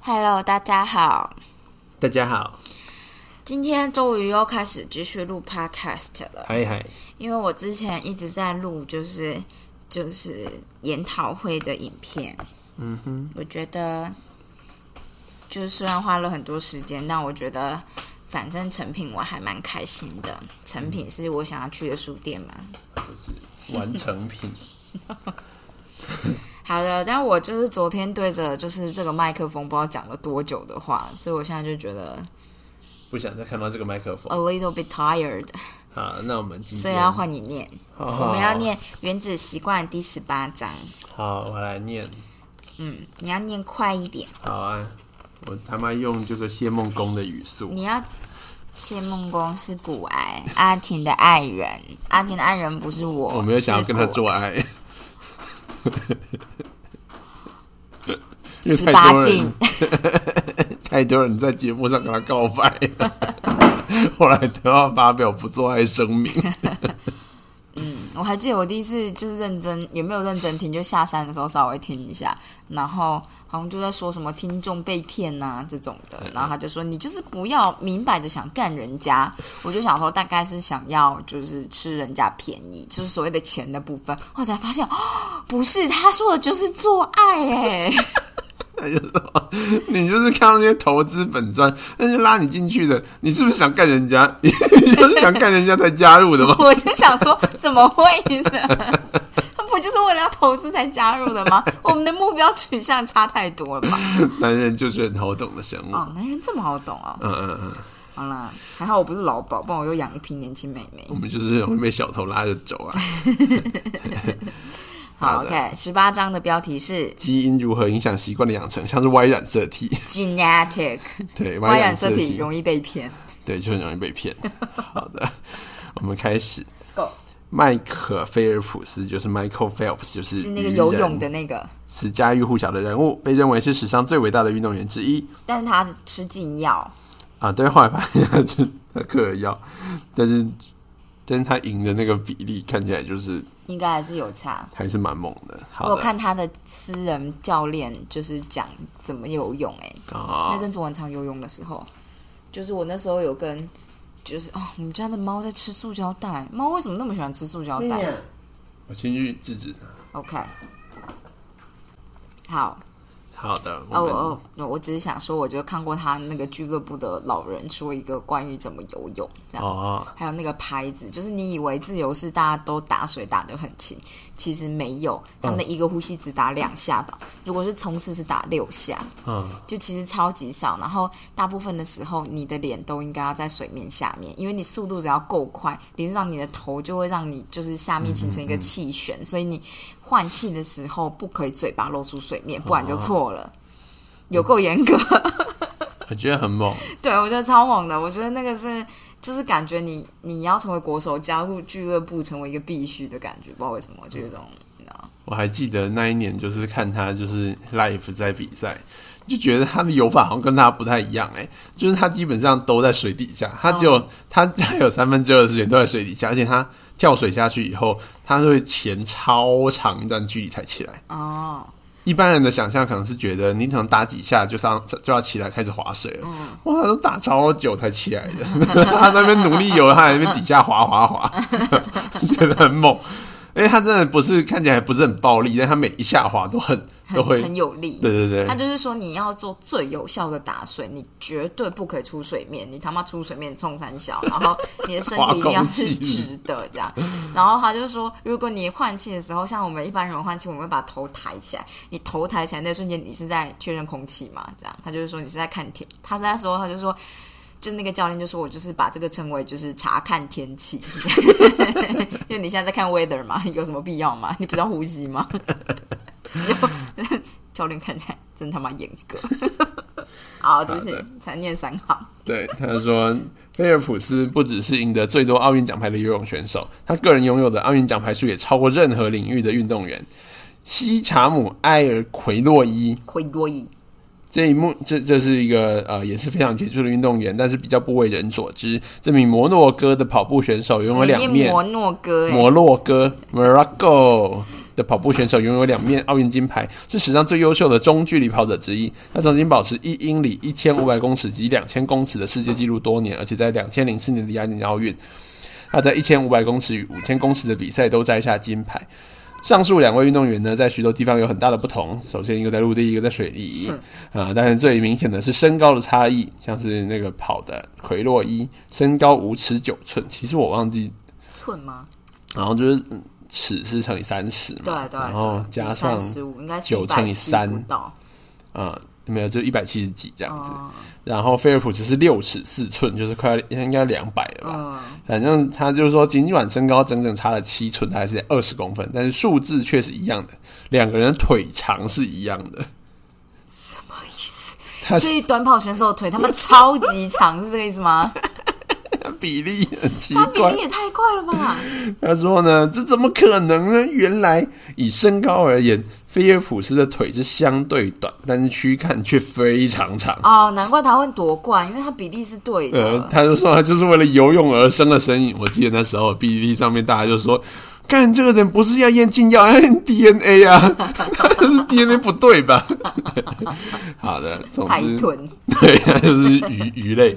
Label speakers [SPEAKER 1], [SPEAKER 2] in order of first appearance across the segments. [SPEAKER 1] Hello，大家好，
[SPEAKER 2] 大家好，
[SPEAKER 1] 今天终于又开始继续录 Podcast 了，
[SPEAKER 2] 嗨嗨，
[SPEAKER 1] 因为我之前一直在录，就是就是研讨会的影片，
[SPEAKER 2] 嗯哼，
[SPEAKER 1] 我觉得就是虽然花了很多时间，但我觉得反正成品我还蛮开心的。成品是我想要去的书店嘛，
[SPEAKER 2] 就是完成品，
[SPEAKER 1] 好的，但我就是昨天对着就是这个麦克风不知道讲了多久的话，所以我现在就觉得
[SPEAKER 2] 不想再看到这个麦克
[SPEAKER 1] a
[SPEAKER 2] 风
[SPEAKER 1] little bit tired，
[SPEAKER 2] 好，那我们今天，
[SPEAKER 1] 哦所以要换你念。
[SPEAKER 2] 好，
[SPEAKER 1] 我
[SPEAKER 2] 我
[SPEAKER 1] 们要，念《原子习惯》第十八章。
[SPEAKER 2] 好，我来念，
[SPEAKER 1] 嗯，你要念快一点，
[SPEAKER 2] 好啊，我他妈用这个谢梦工的语速，
[SPEAKER 1] 你要。谢梦工是古埃阿婷的爱人，阿婷的爱人不是我，
[SPEAKER 2] 我没有想要跟他
[SPEAKER 1] 是古
[SPEAKER 2] 做爱， 因为
[SPEAKER 1] 十
[SPEAKER 2] 太
[SPEAKER 1] 八
[SPEAKER 2] 多
[SPEAKER 1] 禁
[SPEAKER 2] 人，，太多人在节目上跟他告白了， 后来都要发表不做爱声明，
[SPEAKER 1] 我还记得我第一次就是认真，也没有认真听，就下山的时候稍微听一下，然后好像就在说什么听众被骗呐、这种的，然后他就说你就是不要明摆着想干人家，我就想说大概是想要就是吃人家便宜，就是所谓的钱的部分，后来才发现哦，不是他说的就是做爱哎、
[SPEAKER 2] 你就是看到那些投资粉砖，那些拉你进去的，你是不是想干人家？ 你就是想干人家才加入的吗？
[SPEAKER 1] 我就想说怎么会呢？他不就是为了要投资才加入的吗？我们的目标取向差太多了吧？
[SPEAKER 2] 男人就是很好懂的生物。
[SPEAKER 1] 哦，男人这么好懂哦。
[SPEAKER 2] 嗯嗯嗯，
[SPEAKER 1] 好啦，还好我不是老鸨，不然我又养一批年轻妹妹
[SPEAKER 2] 我。们就是容易被小偷拉着走啊。
[SPEAKER 1] 好
[SPEAKER 2] 好的
[SPEAKER 1] ，OK，十八章的标题是
[SPEAKER 2] 基因如何影响习惯的养成，像是 Y 染色体，
[SPEAKER 1] genetic，
[SPEAKER 2] 对
[SPEAKER 1] 外
[SPEAKER 2] 染
[SPEAKER 1] 染
[SPEAKER 2] 色
[SPEAKER 1] 色体容易被骗。
[SPEAKER 2] 对就很容易被骗。 好的，我们开始。
[SPEAKER 1] Go，
[SPEAKER 2] 迈克菲尔普斯就是 Michael Phelps，就是
[SPEAKER 1] 是那个
[SPEAKER 2] 渔人
[SPEAKER 1] 游泳的，那个，
[SPEAKER 2] 是家喻户晓的人物，被认为是史上最伟大的运动员之一。
[SPEAKER 1] 但是他吃禁药，
[SPEAKER 2] 啊，对，后来发现他就他嗑了药，但是但是他赢的那个比例看起来就是
[SPEAKER 1] 应该还是有差。
[SPEAKER 2] 还是蛮猛的。好
[SPEAKER 1] 我
[SPEAKER 2] 的
[SPEAKER 1] 有看他的私人教练就是讲怎么游泳、欸，
[SPEAKER 2] 啊
[SPEAKER 1] 那阵子我很常游泳的时候，就是我那时候有跟，就是哦，我们家的猫在吃塑胶袋，猫为什么那么喜欢吃塑胶袋？
[SPEAKER 2] 我先去制止他。
[SPEAKER 1] OK，好，
[SPEAKER 2] 好的，我
[SPEAKER 1] 哦
[SPEAKER 2] 们
[SPEAKER 1] 哦，哦我只是想说，我就看过他那个俱乐部的老人说一个关于怎么游泳这样，
[SPEAKER 2] 哦
[SPEAKER 1] 还有那个拍子，就是你以为自由式大家都打水打得很轻，其实没有，他
[SPEAKER 2] 嗯
[SPEAKER 1] 们的一个呼吸只打两下吧，如果是冲刺是打六下，
[SPEAKER 2] 嗯
[SPEAKER 1] 就其实超级少，然后大部分的时候，你的脸都应该要在水面下面，因为你速度只要够快，理论上你的头就会让你就是下面形成一个气旋，所以你换气的时候不可以嘴巴露出水面，不然就错了。有够严格，
[SPEAKER 2] 我觉得很猛，
[SPEAKER 1] 对我觉得超猛的，我觉得那个是就是感觉你你要成为国手，加入俱乐部成为一个必须的感觉，不知道为什么，就有一种你知道
[SPEAKER 2] 我还记得那一年就是看他就是 live 在比赛。就觉得他的游法好像跟他不太一样哎、就是他基本上都在水底下，他只
[SPEAKER 1] 哦
[SPEAKER 2] 有、他他有三分之二的时间都在水底下，而且他跳水下去以后，他是会潜超长一段距离才起来。
[SPEAKER 1] 哦，
[SPEAKER 2] 一般人的想象可能是觉得你可能打几下就上就要起来开始划水了，
[SPEAKER 1] 嗯
[SPEAKER 2] 哇，他都打超久才起来的， 他在那边努力游，他还在那边底下滑滑滑， 觉得很猛。因为他真的不是看起来不是很暴力，但他每一下滑都很都
[SPEAKER 1] 很
[SPEAKER 2] 会，
[SPEAKER 1] 很有力，
[SPEAKER 2] 对对
[SPEAKER 1] 他
[SPEAKER 2] 对，
[SPEAKER 1] 就是说你要做最有效的打水，你绝对不可以出水面，你他妈出水面冲三小，然后你的身体一定要是直的这样。然后他就说，如果你换气的时候，像我们一般人换气，我们会把头抬起来，你头抬起来那瞬间，你是在确认空气嘛？这样，他就是说你是在看天，他是在说，他就说。就那个教练就说，我就是把这个称为就是查看天气， 因为你现在在看 weather 嘛， 有什么必要吗？你不是要呼吸吗？ 教练看起来真他妈严格。 好，对不起
[SPEAKER 2] 好的，
[SPEAKER 1] 才念三行。
[SPEAKER 2] 对，他说，菲尔普斯不只是赢得最多奥运奖牌的游泳选手，他个人拥有的奥运奖牌数也超过任何领域的运动员。西查姆埃尔奎洛伊
[SPEAKER 1] 奎多伊，
[SPEAKER 2] 这一幕，这这是一个呃，也是非常杰出的运动员，但是比较不为人所知。这名摩洛哥的跑步选手拥有
[SPEAKER 1] 你
[SPEAKER 2] 两
[SPEAKER 1] 念
[SPEAKER 2] 面
[SPEAKER 1] 摩诺哥、欸，
[SPEAKER 2] 摩洛哥 （Morocco） 的的跑步选手拥有两面奥运金牌，是史上最优秀的中距离跑者之一。他曾经保持一英里、一千五百公尺及两千公尺的世界纪录多年，而且在两千零四年的雅典奥运，他在一千五百公尺与五千公尺的比赛都摘下金牌。上述两位运动员呢，在许多地方有很大的不同。首先，一个在陆地，一个在水里啊。但是最明显的是身高的差异，像是那个跑的奎洛伊，身高五尺九寸，其实我忘记，
[SPEAKER 1] 寸吗？
[SPEAKER 2] 然后就是嗯尺是乘以三十嘛，
[SPEAKER 1] 对啊对对，
[SPEAKER 2] 然后加上
[SPEAKER 1] 十五，应该
[SPEAKER 2] 九乘以三
[SPEAKER 1] 170不到，
[SPEAKER 2] 啊、没有就一百七十几这样子。
[SPEAKER 1] 嗯
[SPEAKER 2] 然后菲尔普只是六尺四寸，就是快要应该两百了吧？
[SPEAKER 1] 嗯，
[SPEAKER 2] 反正他就是说，尽管身高整整差了七寸，他还是二十公分，但是数字却是一样的，两个人腿长是一样的。
[SPEAKER 1] 什么意思？
[SPEAKER 2] 他
[SPEAKER 1] 所以短跑选手的腿他妈超级 长，是这个意思吗？
[SPEAKER 2] 比例很奇
[SPEAKER 1] 他比
[SPEAKER 2] 怪
[SPEAKER 1] 例。也太快了吧！
[SPEAKER 2] 他说呢，这怎么可能呢？原来以身高而言，菲尔普斯的腿是相对短，但是躯干却非常长。
[SPEAKER 1] 哦，难怪他会夺冠，因为他比例是对的。
[SPEAKER 2] 呃，他就说他就是为了游泳而生的身影。我记得那时候 B B 上面大家就说，干这个人不是要验禁药，要 验 DNA 啊， 他这是 DNA 不对吧？ 好的，总
[SPEAKER 1] 海
[SPEAKER 2] 之，
[SPEAKER 1] 豚
[SPEAKER 2] 对，他就是鱼鱼类。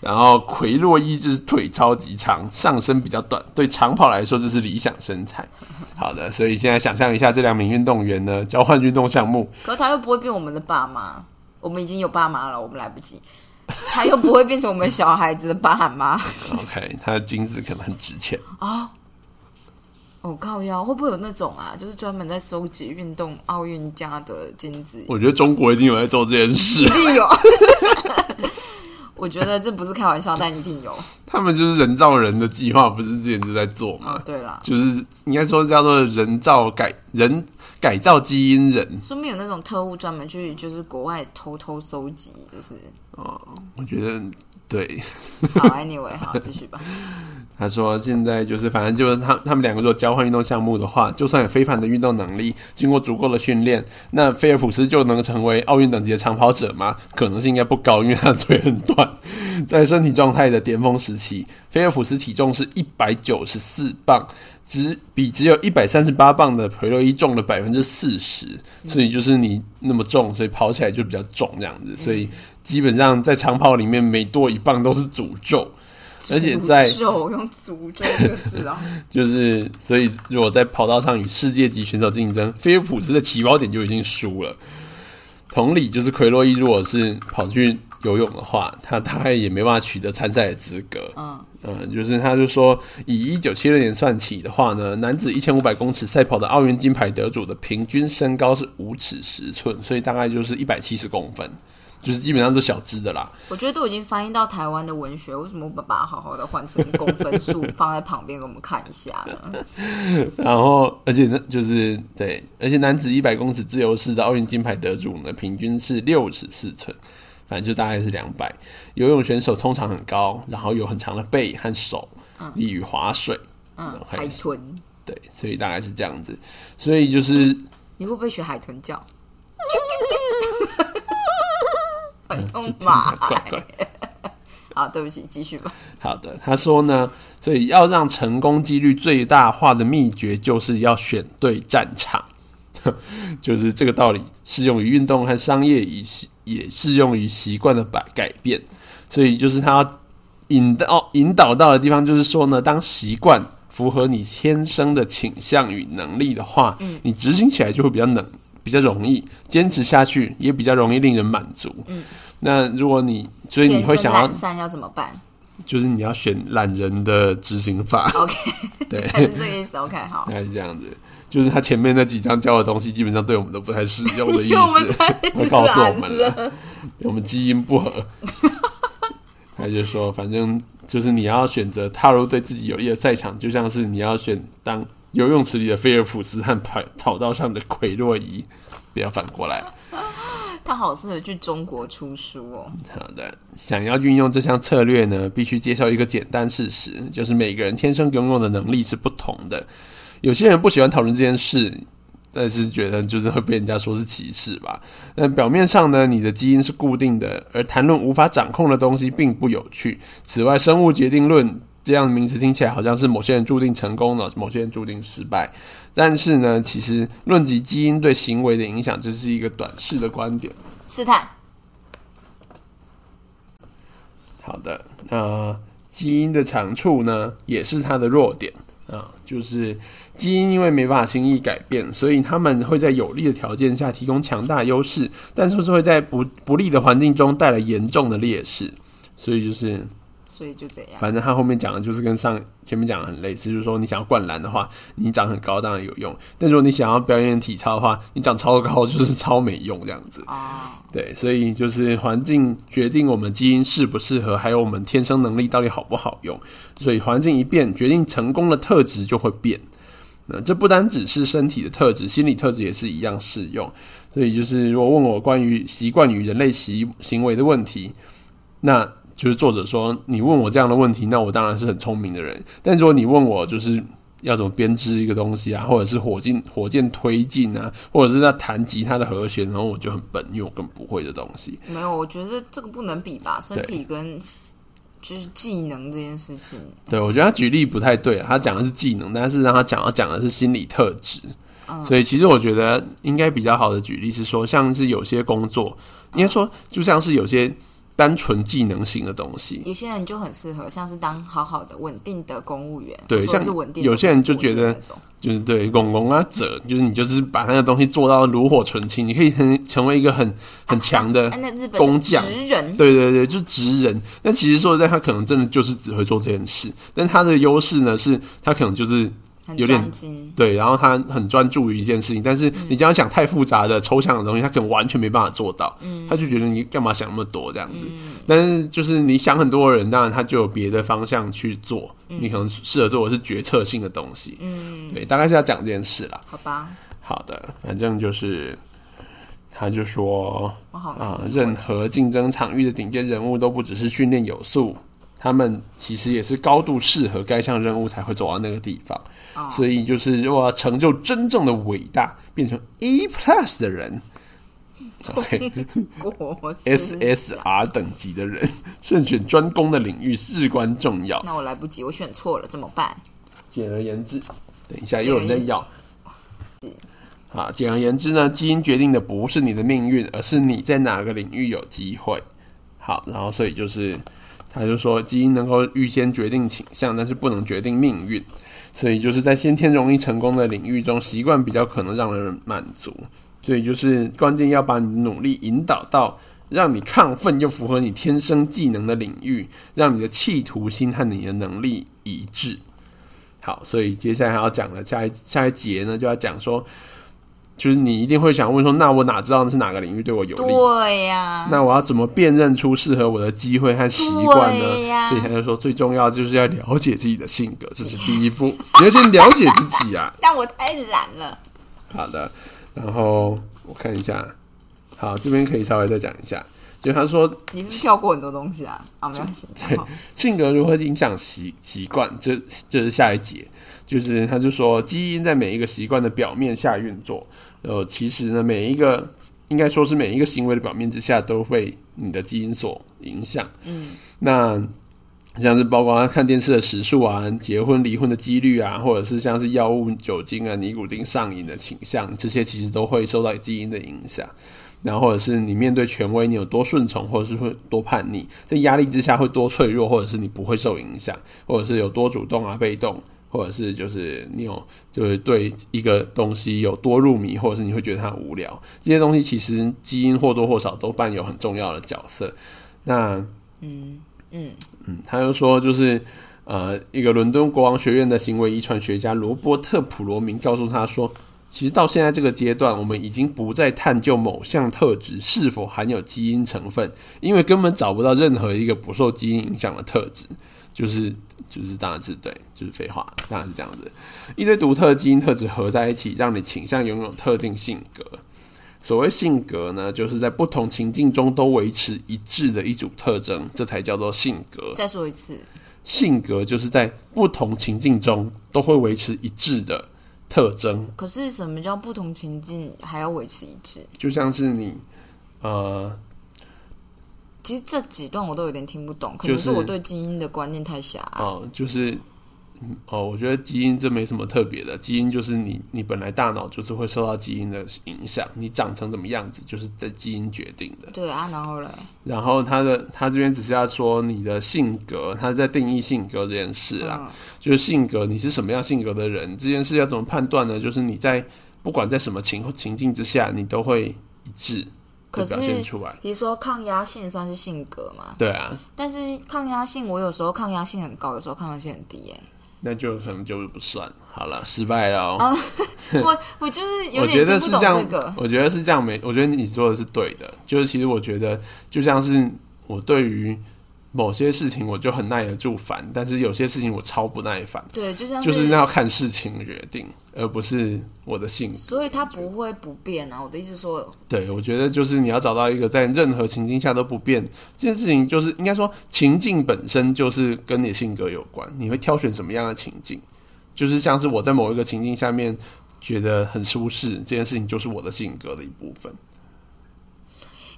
[SPEAKER 2] 然后奎洛伊就是腿超级长，上身比较短，对长跑来说这是理想身材。好的，所以现在想象一下这两名运动员呢，交换运动项目，
[SPEAKER 1] 可他又不会变我们的爸妈，我们已经有爸妈了，我们来不 及。他又不会变成我们小孩子的爸妈。
[SPEAKER 2] OK，他的精子可能很值钱。
[SPEAKER 1] 哦，靠腰会不会有那种啊？就是专门在收集运动奥运家的金子，
[SPEAKER 2] 我觉得中国一定有在做这件事。
[SPEAKER 1] 一定有。 我觉得这不是开玩笑，但一定有。
[SPEAKER 2] 他们就是人造人的计划，不是之前就在做吗？
[SPEAKER 1] 哦，对啦，
[SPEAKER 2] 就是应该说叫做人造改人改造基因人，
[SPEAKER 1] 说明有那种特务专门去就是国外偷偷搜集，就是
[SPEAKER 2] 我觉得对。
[SPEAKER 1] 好 anyway 好，继续吧。
[SPEAKER 2] 他说现在就是反正就是他他们两个如果交换运动项目的话，就算有非凡的运动能力，经过足够的训练，那菲尔普斯就能成为奥运等级的长跑者吗？可能性应该不高，因为他的腿很短。在身体状态的巅峰时期， 菲尔普斯体重是一百九十四磅，只比只有一百三十八磅的奎洛伊重了百分之四十，所以就是你那么重，所以跑起来就比较重这样子，所以基本上在长跑里面每多一磅都是诅咒， 而且在
[SPEAKER 1] 诅咒用诅咒这个字啊，
[SPEAKER 2] 就是，所以如果在跑道上与世界级选手竞争，菲尔普斯的起跑点就已经输了。同理，就是奎洛伊如果是跑去游泳的话，他大概也没办法取得参赛的资格。
[SPEAKER 1] 嗯
[SPEAKER 2] 嗯，就是他就说，以一九七六年算起的话呢，男子一千五百公尺赛跑的奥运金牌得主的平均身高是五尺十寸，所以大概就是一百七十公分，就是基本上都小只的啦。
[SPEAKER 1] 我觉得都已经翻译到台湾的文学，为什么不把它好好的换成公分数放在旁边给我们看一下 呢？
[SPEAKER 2] 然后，而且呢，就是对，而且男子一百公尺自由式的奥运金牌得主呢，平均是六尺四寸，反正就大概是两百。游泳选手通常很高，然后有很长的背和手，利于划水。
[SPEAKER 1] 嗯，
[SPEAKER 2] OK
[SPEAKER 1] 海豚，
[SPEAKER 2] 对，所以大概是这样子。所以就是
[SPEAKER 1] 你会不会学海豚 叫？
[SPEAKER 2] 嗯
[SPEAKER 1] 很痛吧？
[SPEAKER 2] 怪怪。
[SPEAKER 1] 好，对不起，继续吧。
[SPEAKER 2] 好的，他说呢，所以要让成功几率最大化的秘诀，就是要选对战场， 就是这个道理适用于运动和商业，以习也适用于习惯的改改变。所以就是他要引导引导到的地方，就是说呢，当习惯符合你天生的倾向与能力的话，
[SPEAKER 1] 嗯
[SPEAKER 2] 你执行起来就会比较能。比较容易坚持下去，也比较容易令人满足。嗯，那如果你，所以你
[SPEAKER 1] 天
[SPEAKER 2] 会
[SPEAKER 1] 生
[SPEAKER 2] 想要
[SPEAKER 1] 懒散要怎么办
[SPEAKER 2] 就是你要选懒人的执行法，
[SPEAKER 1] ？OK，
[SPEAKER 2] 对，
[SPEAKER 1] 还是这个意思。OK，好
[SPEAKER 2] 大。概是这样子。就是他前面那几章教的东西，基本上 对我们都不太适用的意
[SPEAKER 1] 因为我们
[SPEAKER 2] 思
[SPEAKER 1] 太，
[SPEAKER 2] 会告诉我
[SPEAKER 1] 懒
[SPEAKER 2] 们了，我们基因不合。 他就说，反正就是你要选择踏入对自己有利的赛场，就像是你要选当游泳池里的菲尔普斯和跑跑道上的奎洛伊，不要反过来。
[SPEAKER 1] 他好适合去中国出书哦。
[SPEAKER 2] 好的，想要运用这项策略呢，必须接受一个简单事实，就是每个人天生拥有的能力是不同的。有些人不喜欢讨论这件事，但是觉得就是会被人家说是歧视吧。那表面上呢，你的基因是固定的，而谈论无法掌控的东西并不有趣。此外，生物决定论这样的名词听起来好像是某些人注定成功了，某些人注定失败。但是呢，其实论及基因对行为的影响，这是一个短视的观点。
[SPEAKER 1] 试探，
[SPEAKER 2] 好的，那基因的长处呢，也是它的弱点啊，就是基因因为没办法轻易改变，所以他们会在有利的条件下提供强大优势，但是是会在不不利的环境中带来严重的劣势。所以就是
[SPEAKER 1] 所以就这样。
[SPEAKER 2] 反正他后面讲的就是跟上前面讲的很类似，就是说你想要灌篮的话，你长很高当然有用；但如果你想要表演体操的话，你长超高就是超没用这样子。
[SPEAKER 1] 啊，
[SPEAKER 2] 对，所以就是环境决定我们基因适不适合，还有我们天生能力到底好不好用。所以环境一变，决定成功的特质就会变。那这不单只是身体的特质，心理特质也是一样适用。所以就是如果问我关于习惯与人类行行为的问题，那就是作者说你问我这样的问题，那我当然是很聪明的人。但如果你问我就是要怎么编织一个东西啊，或者是火箭火箭推进啊，或者是在弹吉他的和弦，然后我就很笨，因为我根本不会这东西。
[SPEAKER 1] 没有，我觉得这个不能比吧，身体跟就是技能这件事情，
[SPEAKER 2] 对，我觉得他举例不太对啊，他讲的是技能，但是让他讲要讲的是心理特质。所以其实我觉得应该比较好的举例是说，像是有些工作，应该说就像是有些单纯技能型的东西，
[SPEAKER 1] 有些人就很适合，像是当好好的稳定的公务员，
[SPEAKER 2] 对
[SPEAKER 1] 我说的
[SPEAKER 2] 像
[SPEAKER 1] 是稳定的，
[SPEAKER 2] 有些人就
[SPEAKER 1] 不是
[SPEAKER 2] 觉
[SPEAKER 1] 固定
[SPEAKER 2] 得
[SPEAKER 1] 的那种
[SPEAKER 2] 就是对拱拱啊折，就是你就是把那个东西做到炉火纯青，你可以很成为一个很很强的
[SPEAKER 1] 啊，那日本的
[SPEAKER 2] 工匠
[SPEAKER 1] 职人，
[SPEAKER 2] 对对对，就职人。但其实说实在，他可能真的就是只会做这件事，但他的优势呢是，他可能就是
[SPEAKER 1] 很
[SPEAKER 2] 有点
[SPEAKER 1] 专精，
[SPEAKER 2] 对，然后他很专注于一件事情。但是你这样想太复杂的、抽象的东西，他可能完全没办法做到。嗯，他就觉得你干嘛想那么多这样子。但是就是你想很多的人，当然他就有别的方向去做。你可能适合做的是决策性的东西。嗯，对，大概是要讲这件事啦。
[SPEAKER 1] 好吧，
[SPEAKER 2] 好的，反正就是，他就说。
[SPEAKER 1] 我好难
[SPEAKER 2] 啊，任何竞争场域的顶尖人物都不只是训练有素，他们其实也是高度适合该项任务才会走到那个地方。
[SPEAKER 1] 哦
[SPEAKER 2] 所以就是如果要成就真正的伟大，变成 A plus 的人。 对
[SPEAKER 1] 过，我是
[SPEAKER 2] ，SSR 等级的人， 慎选专攻的领域至关重要。
[SPEAKER 1] 那我来不及，我选错了怎么办？
[SPEAKER 2] 简而言之，等一下又有人在要。好，简而言之呢，基因决定的不是你的命运，而是你在哪个领域有机会。好，然后所以就是，他就说基因能够预先决定倾向，但是不能决定命运。所以就是在先天容易成功的领域中，习惯比较可能让人满足。所以就是关键要把你的努力引导到让你亢奋又符合你天生技能的领域，让你的企图心和你的能力一致。好，所以接下来还要讲的下一下一节呢，就要讲说，就是你一定会想问说，那我哪知道是哪个领域对我 有利？
[SPEAKER 1] 对啊呀、
[SPEAKER 2] 那我要怎么辨认出适合我的机会和习惯
[SPEAKER 1] 对
[SPEAKER 2] 呢？
[SPEAKER 1] 呀
[SPEAKER 2] 所以他就说，最重要就是要了解自己的性格，这是第一步，你要先了解自己啊。
[SPEAKER 1] 但我太懒了。
[SPEAKER 2] 好的，然后我看一下，好，这边可以稍微再讲一下，就他说
[SPEAKER 1] 你是不是跳过很多东西 啊？啊，没关系。好
[SPEAKER 2] 性格如何影响习习惯，这这是下一节，就是他就说基因在每一个习惯的表面下运作，呃，其实呢，每一个应该说是每一个行为的表面之下都被你的基因所影响，嗯，那。像是包括看电视的时数啊、结婚离婚的几率啊，或者是像是药物、酒精啊、尼古丁上瘾的倾向，这些其实都会受到基因的影响。然后或者是你面对权威，你有多顺从，或者是会多叛逆，在压力之下会多脆弱，或者是你不会受影响，或者是有多主动啊、被动，或者是就是你有就是对一个东西有多入迷，或者是你会觉得它无聊，这些东西其实基因或多或少都扮演很重要的角色。那
[SPEAKER 1] 嗯，
[SPEAKER 2] 他就说，就是呃，一个伦敦国王学院的行为遗传学家罗伯特·普罗明告诉他说，其实到现在这个阶段，我们已经不再探究某项特质是否含有基因成分，因为根本找不到任何一个不受基因影响的特质。就是就是当然是对，就是废话，当然是这样子。一堆独特基因特质合在一起，让你倾向拥有特定性格。所谓性格呢，就是在不同情境中都维持一致的一组特征，这才叫做性格。
[SPEAKER 1] 再说一次，
[SPEAKER 2] 性格就是在不同情境中都会维持一致的特征，
[SPEAKER 1] 可是什么叫不同情境还要维持一致？
[SPEAKER 2] 就像是你呃
[SPEAKER 1] 其实这几段我都有点听不懂，可能
[SPEAKER 2] 就
[SPEAKER 1] 是
[SPEAKER 2] 是
[SPEAKER 1] 我对基因的观念太狭隘。
[SPEAKER 2] 哦、就是嗯哦，我觉得基因这没什么特别的，基因就是你你本来大脑就是会受到基因的影响，你长成怎么样子就是在基因决定的。
[SPEAKER 1] 对啊，然后嘞，
[SPEAKER 2] 然后他的他这边只是要说你的性格，他在定义性格这件事啦，
[SPEAKER 1] 嗯
[SPEAKER 2] 就是性格你是什么样性格的人这件事要怎么判断呢？就是你在不管在什么情情境之下，你都会一致
[SPEAKER 1] 可
[SPEAKER 2] 的
[SPEAKER 1] 是
[SPEAKER 2] 表现出来。
[SPEAKER 1] 比如说抗压性算是性格嘛，
[SPEAKER 2] 对啊，
[SPEAKER 1] 但是抗压性我有时候抗压性很高，有时候抗压性很低、欸。
[SPEAKER 2] 那就可能就不算好了，失败了哦、
[SPEAKER 1] 哎，我我就是有
[SPEAKER 2] 我觉
[SPEAKER 1] 点
[SPEAKER 2] 得
[SPEAKER 1] 听
[SPEAKER 2] 是
[SPEAKER 1] 不
[SPEAKER 2] 这
[SPEAKER 1] 懂
[SPEAKER 2] 样，
[SPEAKER 1] 这个。
[SPEAKER 2] 我觉得是这样没，我觉得你做的是对的。就是其实我觉得，就像是我对于某些事情我就很耐得住烦，但是有些事情我超不耐烦。
[SPEAKER 1] 对，就像
[SPEAKER 2] 就是那要看事情决定，而不是我的性格。
[SPEAKER 1] 所以它不会不变啊。我的意思说，
[SPEAKER 2] 对，我觉得就是你要找到一个在任何情境下都不变这件事情，就是应该说情境本身就是跟你性格有关，你会挑选什么样的情境，就是像是我在某一个情境下面觉得很舒适，这件事情就是我的性格的一部分。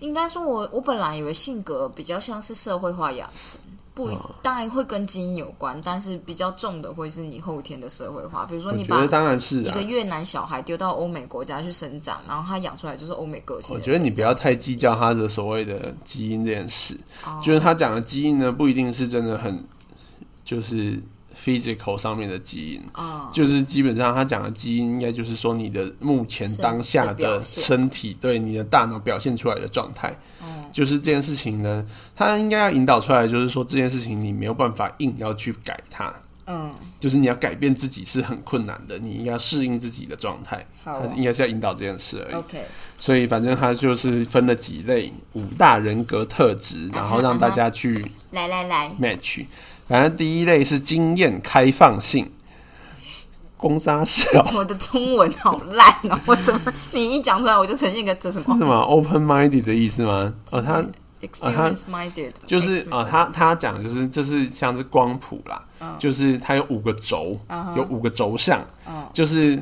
[SPEAKER 1] 应该说我我本来以为性格比较像是社会化养成，不、
[SPEAKER 2] 哦
[SPEAKER 1] 当然会跟基因有关，但是比较重的会是你后天的社会化。比如说
[SPEAKER 2] 我
[SPEAKER 1] 哦你
[SPEAKER 2] 觉得
[SPEAKER 1] 把
[SPEAKER 2] 当然是
[SPEAKER 1] 一
[SPEAKER 2] 啊
[SPEAKER 1] 个，越南小孩丢到欧美国家去生长，然后他养出来就是欧美个性。
[SPEAKER 2] 我觉得你不要太计较他的所谓的基因这件事，
[SPEAKER 1] 哦
[SPEAKER 2] 就是他讲的基因呢，不一定是真的很就是 physical 上面的基因，
[SPEAKER 1] 哦
[SPEAKER 2] 就是基本上他讲的基因，应该就是说你的目前
[SPEAKER 1] 身
[SPEAKER 2] 当下
[SPEAKER 1] 的表
[SPEAKER 2] 的
[SPEAKER 1] 现
[SPEAKER 2] 身体对你的大脑表现出来的状态。
[SPEAKER 1] 哦
[SPEAKER 2] 就是这件事情呢，他应该要引导出来，就是说这件事情你没有办法硬要去改它，
[SPEAKER 1] 嗯，
[SPEAKER 2] 就是你要改变自己是很困难的，你应该要适应自己的状态。
[SPEAKER 1] 好啊
[SPEAKER 2] 他应该是要引导这件事而已。
[SPEAKER 1] OK，
[SPEAKER 2] 所以反正他就是分了几类五大人格特质，
[SPEAKER 1] 啊
[SPEAKER 2] 然后让大家去
[SPEAKER 1] 来来来，
[SPEAKER 2] match。反正第一类是经验开放性，攻杀小
[SPEAKER 1] 我的中文好烂哦！我怎么你一讲出来我就呈现一个这什么
[SPEAKER 2] 是什么 open minded 的意思吗？哦，嗯他
[SPEAKER 1] experience minded，
[SPEAKER 2] 就是啊、呃他他讲就是就是像是光谱啦，
[SPEAKER 1] 嗯
[SPEAKER 2] 就是它有五个轴有五个轴向
[SPEAKER 1] 嗯
[SPEAKER 2] 就是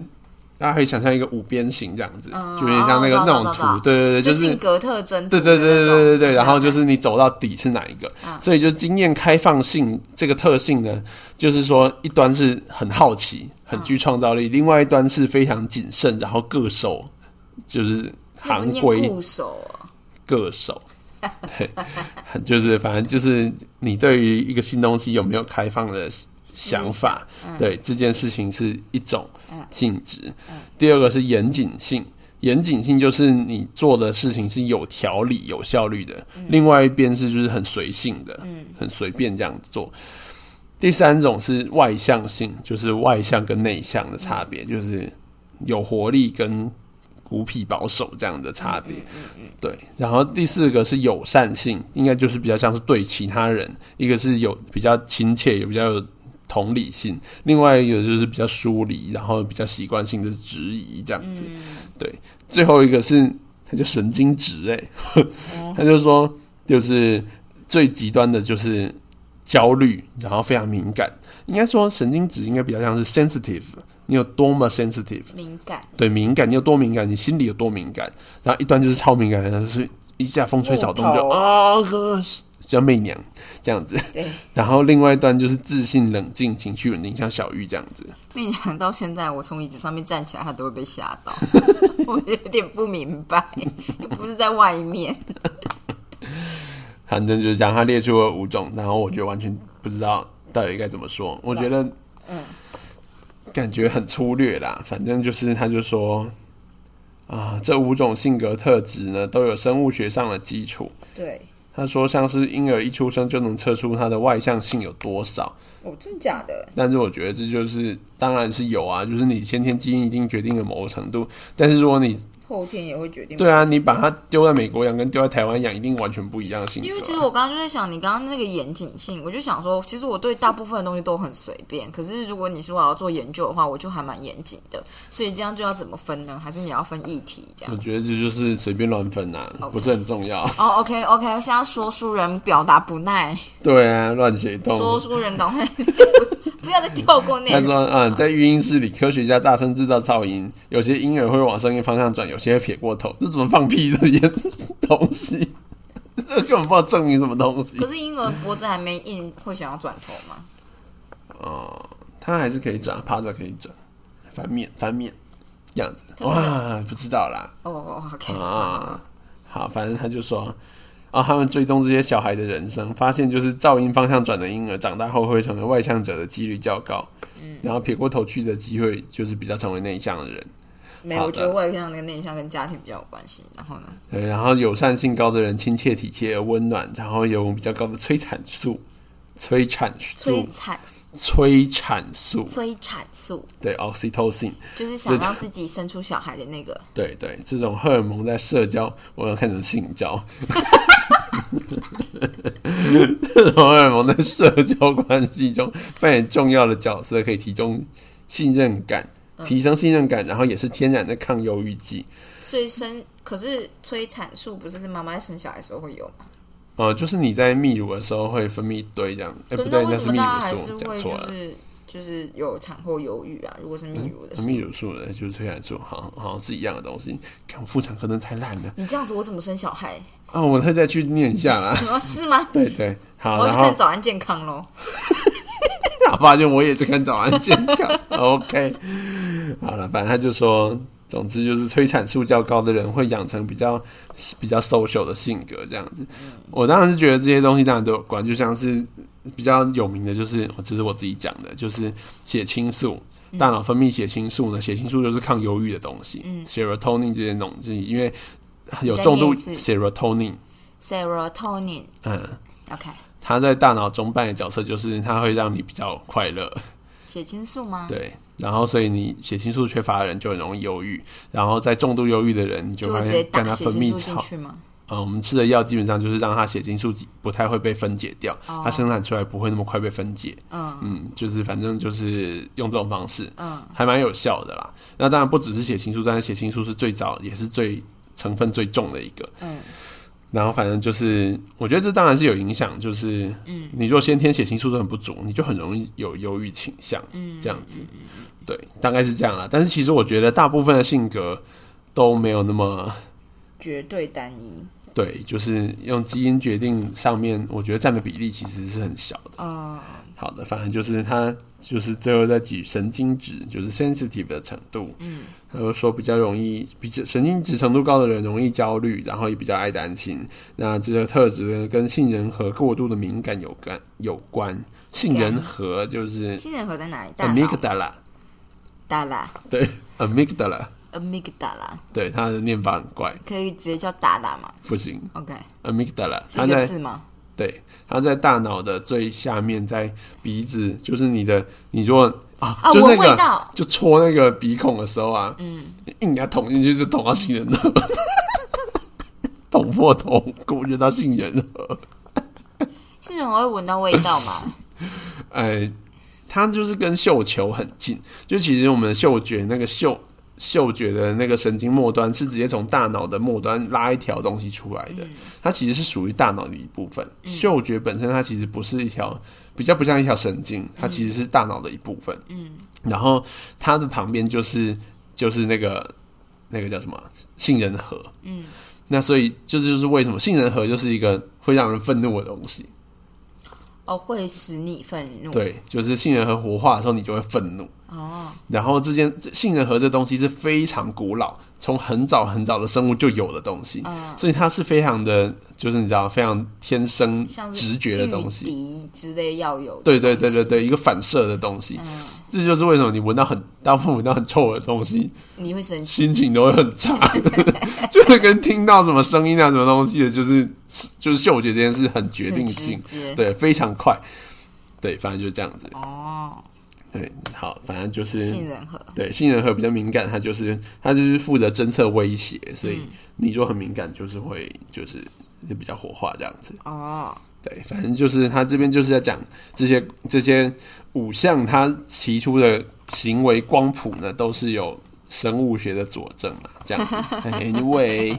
[SPEAKER 2] 大家可以想象一个五边形这样子就有点像那个
[SPEAKER 1] 哦我
[SPEAKER 2] 那
[SPEAKER 1] 知道
[SPEAKER 2] 种
[SPEAKER 1] 我知道
[SPEAKER 2] 图，对对对，
[SPEAKER 1] 就是性格特征图
[SPEAKER 2] 对
[SPEAKER 1] 的
[SPEAKER 2] 对
[SPEAKER 1] 那种，
[SPEAKER 2] 对对对对对，然后就
[SPEAKER 1] 了
[SPEAKER 2] 是你走到底是哪一个，
[SPEAKER 1] 嗯
[SPEAKER 2] 所以就经验开放性这个特性呢，就是说一端是很好奇、
[SPEAKER 1] 嗯
[SPEAKER 2] 很具创造力，另外一端是非常谨慎，然后恪守就是
[SPEAKER 1] 解那
[SPEAKER 2] 行
[SPEAKER 1] 不念
[SPEAKER 2] 规
[SPEAKER 1] 固守哦
[SPEAKER 2] 恪守。 对，就是反正就是你对于一个新东西有没有开放的想法，对这件事情是一种性质。第二个是严谨性，严谨性就是你做的事情是有条理、有效率的；另外一边是就是很随性的，很随便这样子做。第三种是外向性，就是外向跟内向的差别，就是有活力跟孤僻保守这样的差别。对，然后第四个是友善性，应该就是比较像是对其他人，一个是有比较亲切，也比较有同理性，另外一个就是比较疏离，然后比较习惯性的质疑这样子。对，最后一个是他就神经质哎、 他就说就是最极端的就是焦虑，然后非常敏感。应该说神经质应该比较像是 sensitive，你有多么 sensitive，
[SPEAKER 1] 敏感，
[SPEAKER 2] 对，敏感，你有多敏感，你心里有多敏感，然后一端就是超敏感的，就是一下风吹草动就
[SPEAKER 1] 木头
[SPEAKER 2] 啊，呵叫媚娘这样子，
[SPEAKER 1] 对，
[SPEAKER 2] 然后另外一端就是自信、冷静、情绪稳定，像小玉这样子。
[SPEAKER 1] 没想到现在我从椅子上面站起来，他都会被吓到， 我有点不明白，又不是在外面，
[SPEAKER 2] 反正就是这样，他列出了五种，然后我就完全不知道到底该怎么说。我觉得，
[SPEAKER 1] 嗯，
[SPEAKER 2] 感觉很粗略啦。反正就是，他就说，啊，这五种性格特质呢，都有生物学上的基础。
[SPEAKER 1] 对，
[SPEAKER 2] 他说，像是婴儿一出生就能测出他的外向性有多少，
[SPEAKER 1] 哦，真假的，
[SPEAKER 2] 但是我觉得这就是，当然是有啊，就是你先天基因一定决定了某个程度，但是如果你
[SPEAKER 1] 后天也会决定
[SPEAKER 2] 对啊，你把它丢在美国养跟丢在台湾养，一定完全不一样的性格啊、
[SPEAKER 1] 因为其实我刚刚就在想，你刚刚那个严谨性，我就想说，其实我对大部分的东西都很随便。可是如果你说我要做研究的话，我就还蛮严谨的。所以这样就要怎么分呢？还是你要分议题这
[SPEAKER 2] 我
[SPEAKER 1] 样？
[SPEAKER 2] 觉得这就是随便乱分 啊，不是很重要。
[SPEAKER 1] 哦、o k OK，现在说书人表达不耐，
[SPEAKER 2] 对啊，乱写一
[SPEAKER 1] 说
[SPEAKER 2] 通。
[SPEAKER 1] 书人 赶快 不要再跳过那
[SPEAKER 2] 他
[SPEAKER 1] 个。
[SPEAKER 2] 说：“嗯，在育婴室里，科学家大声制造噪音，有些婴儿会往声音方向转，有些会撇过头，这怎么放屁的东西？ 这根本不知道证明什么东西
[SPEAKER 1] 可。是婴儿脖子还没硬，会想要转头吗？
[SPEAKER 2] 哦，他还是可以转，趴着可以转，翻面翻面这样子。
[SPEAKER 1] 他那
[SPEAKER 2] 哇，不知道啦
[SPEAKER 1] 哦、o k
[SPEAKER 2] 啊。好，反正他就说。啊、他们追踪这些小孩的人生，发现就是噪音方向转的婴儿，长大后会成为外向者的几率较高，然后撇过头去的机会就是比较成为内向的人。
[SPEAKER 1] 没有，我觉得外向跟内向跟家庭比较有关系。然后呢，
[SPEAKER 2] 对，然后友善性高的人亲切体贴而温暖，然后有比较高的催产素，催产素
[SPEAKER 1] 催，产
[SPEAKER 2] 催产素，
[SPEAKER 1] 催产素
[SPEAKER 2] 对，oxytocin，
[SPEAKER 1] 就是想让自己生出小孩的那个。
[SPEAKER 2] 对对，这种荷尔蒙在社交，我要看成性交。 这种荷尔蒙在社交关系中扮演重要的角色，可以提供信任感，
[SPEAKER 1] 嗯
[SPEAKER 2] 提升信任感，然后也是天然的抗忧郁剂。
[SPEAKER 1] 所以生，可是催产素不是是妈妈在生小孩的时候会有吗？
[SPEAKER 2] 呃，就是你在泌乳的时候会分泌一堆这样，哎、
[SPEAKER 1] 可
[SPEAKER 2] 不
[SPEAKER 1] 是那
[SPEAKER 2] 对，
[SPEAKER 1] 为
[SPEAKER 2] 那
[SPEAKER 1] 什
[SPEAKER 2] 是
[SPEAKER 1] 么
[SPEAKER 2] 泌
[SPEAKER 1] 大家
[SPEAKER 2] 乳
[SPEAKER 1] 还
[SPEAKER 2] 素，
[SPEAKER 1] 是
[SPEAKER 2] 我讲
[SPEAKER 1] 会
[SPEAKER 2] 错
[SPEAKER 1] 就
[SPEAKER 2] 了。嗯
[SPEAKER 1] 是就是有产后忧郁啊？如果是泌乳的时候，
[SPEAKER 2] 泌乳素的就是催产素，好好像是一样的东西。看我妇产科真的太烂了
[SPEAKER 1] 你这样子我怎么生小孩？
[SPEAKER 2] 啊！我会再去念一下啦。
[SPEAKER 1] 什么是吗？
[SPEAKER 2] 对对，
[SPEAKER 1] 我
[SPEAKER 2] 好，
[SPEAKER 1] 要
[SPEAKER 2] 然
[SPEAKER 1] 去
[SPEAKER 2] 后嗯
[SPEAKER 1] 看早安健康喽。
[SPEAKER 2] 我发现我也是看早安健康。OK，好了，反正他就说，总之就是催产素较高的人会养成比较比较 social 的性格这样子。我当然是觉得这些东西当然都有关，就像是比较有名的就是，哦这是我自己讲的，就是血清素。大脑分泌血清素呢，血清素就是抗忧郁的东西、s e r o t o n i n 这些东西，因为有重度
[SPEAKER 1] 你再念一次
[SPEAKER 2] serotonin，
[SPEAKER 1] Serotonin，
[SPEAKER 2] 嗯，
[SPEAKER 1] OK，
[SPEAKER 2] 它在大脑中扮演角色就是它会让你比较快乐，
[SPEAKER 1] 血清素吗？
[SPEAKER 2] 对，然后所以你血清素缺乏的人就很容易忧郁，然后在重度忧郁的人，你就
[SPEAKER 1] 就
[SPEAKER 2] 发
[SPEAKER 1] 会直接
[SPEAKER 2] 现让
[SPEAKER 1] 打
[SPEAKER 2] 他
[SPEAKER 1] 血
[SPEAKER 2] 分
[SPEAKER 1] 清
[SPEAKER 2] 泌
[SPEAKER 1] 素进
[SPEAKER 2] 超，
[SPEAKER 1] 去吗？
[SPEAKER 2] 呃，我们吃的药基本上就是让他血清素不太会被分解掉，它生产出来不会那么快被分解。
[SPEAKER 1] 哦嗯
[SPEAKER 2] 就是反正就是用这种方式，
[SPEAKER 1] 嗯，
[SPEAKER 2] 还蛮有效的啦。那当然不只是血清素，但是血清素是最早也是最成分最重的一个，
[SPEAKER 1] 嗯。
[SPEAKER 2] 然后反正就是，我觉得这当然是有影响，就是，嗯，你如果先天血清素都很不足，你就很容易有忧郁倾向，嗯，这样子，对，大概是这样啦。但是其实我觉得大部分的性格都没有那么
[SPEAKER 1] 绝对单一。
[SPEAKER 2] 对，就是用基因决定上面，我觉得占的比例其实是很小的。
[SPEAKER 1] 嗯，
[SPEAKER 2] 好的，反正就是他就是最后在举神经质，就是 sensitive 的程度。嗯，他就说比较容易，比较神经质程度高的人容易焦虑，然后也比较爱担心。那这个特质跟杏仁核过度的敏感有关有关。杏仁核就是
[SPEAKER 1] 杏仁核在哪里？大脑。
[SPEAKER 2] amygdala，
[SPEAKER 1] 大啦
[SPEAKER 2] 对 amygdala，
[SPEAKER 1] ，amygdala，
[SPEAKER 2] 对它的念法很怪，
[SPEAKER 1] 可以直接叫大啦吗
[SPEAKER 2] 不行
[SPEAKER 1] ？OK，
[SPEAKER 2] amygdala，
[SPEAKER 1] 是
[SPEAKER 2] 它
[SPEAKER 1] 一
[SPEAKER 2] 在
[SPEAKER 1] 个字吗？
[SPEAKER 2] 对，它在大脑的最下面，在鼻子，就是你的，你如果啊，
[SPEAKER 1] 啊
[SPEAKER 2] 就是那
[SPEAKER 1] 闻味
[SPEAKER 2] 个
[SPEAKER 1] 道，
[SPEAKER 2] 就戳那个鼻孔的时候啊，嗯，硬给它捅进去，就捅到杏仁核， 捅破头骨就到杏仁核。
[SPEAKER 1] 杏仁核会闻到味道吗？
[SPEAKER 2] 哎，它就是跟嗅球很近，就其实我们的嗅觉那个嗅。嗅觉的那个神经末端是直接从大脑的末端拉一条东西出来的，它其实是属于大脑的一部分。嗅觉本身它其实不是一条，比较不像一条神经，它其实是大脑的一部分。嗯，然后它的旁边就是就是那个那个叫什么杏仁核。嗯，那所以这就是为什么杏仁核就是一个会让人愤怒的东西。
[SPEAKER 1] 哦，会使你愤怒。
[SPEAKER 2] 对，就是杏仁核活化的时候，你就会愤怒。
[SPEAKER 1] 哦，
[SPEAKER 2] 然后这件这杏仁核这东西是非常古老，从很早很早的生物就有的东西，
[SPEAKER 1] 嗯
[SPEAKER 2] 所以它是非常的，就是你知道，非常天生
[SPEAKER 1] 像是
[SPEAKER 2] 直觉的东
[SPEAKER 1] 御
[SPEAKER 2] 西。
[SPEAKER 1] 敌之类要有的。
[SPEAKER 2] 对对对对，对，一个反射的东西，
[SPEAKER 1] 嗯
[SPEAKER 2] 这就是为什么你闻到很大部分闻到很臭的东西，
[SPEAKER 1] 你会生气。
[SPEAKER 2] 心情都会很差， 就是跟听到什么声音啊、什么东西的，就是就是嗅觉这件事很决定性
[SPEAKER 1] 很直接，
[SPEAKER 2] 对，非常快，对，反正就是这样子，
[SPEAKER 1] 哦，
[SPEAKER 2] 对，好，反正就是
[SPEAKER 1] 杏仁核。
[SPEAKER 2] 对，杏仁核比较敏感，它就是它就是负责侦测威胁，所以你若很敏感，就是会就是比较火化这样子。
[SPEAKER 1] 哦，
[SPEAKER 2] 对，反正就是他这边就是在讲这些这些五项他提出的行为光谱呢，都是有生物学的佐证嘛，这样子。Anyway，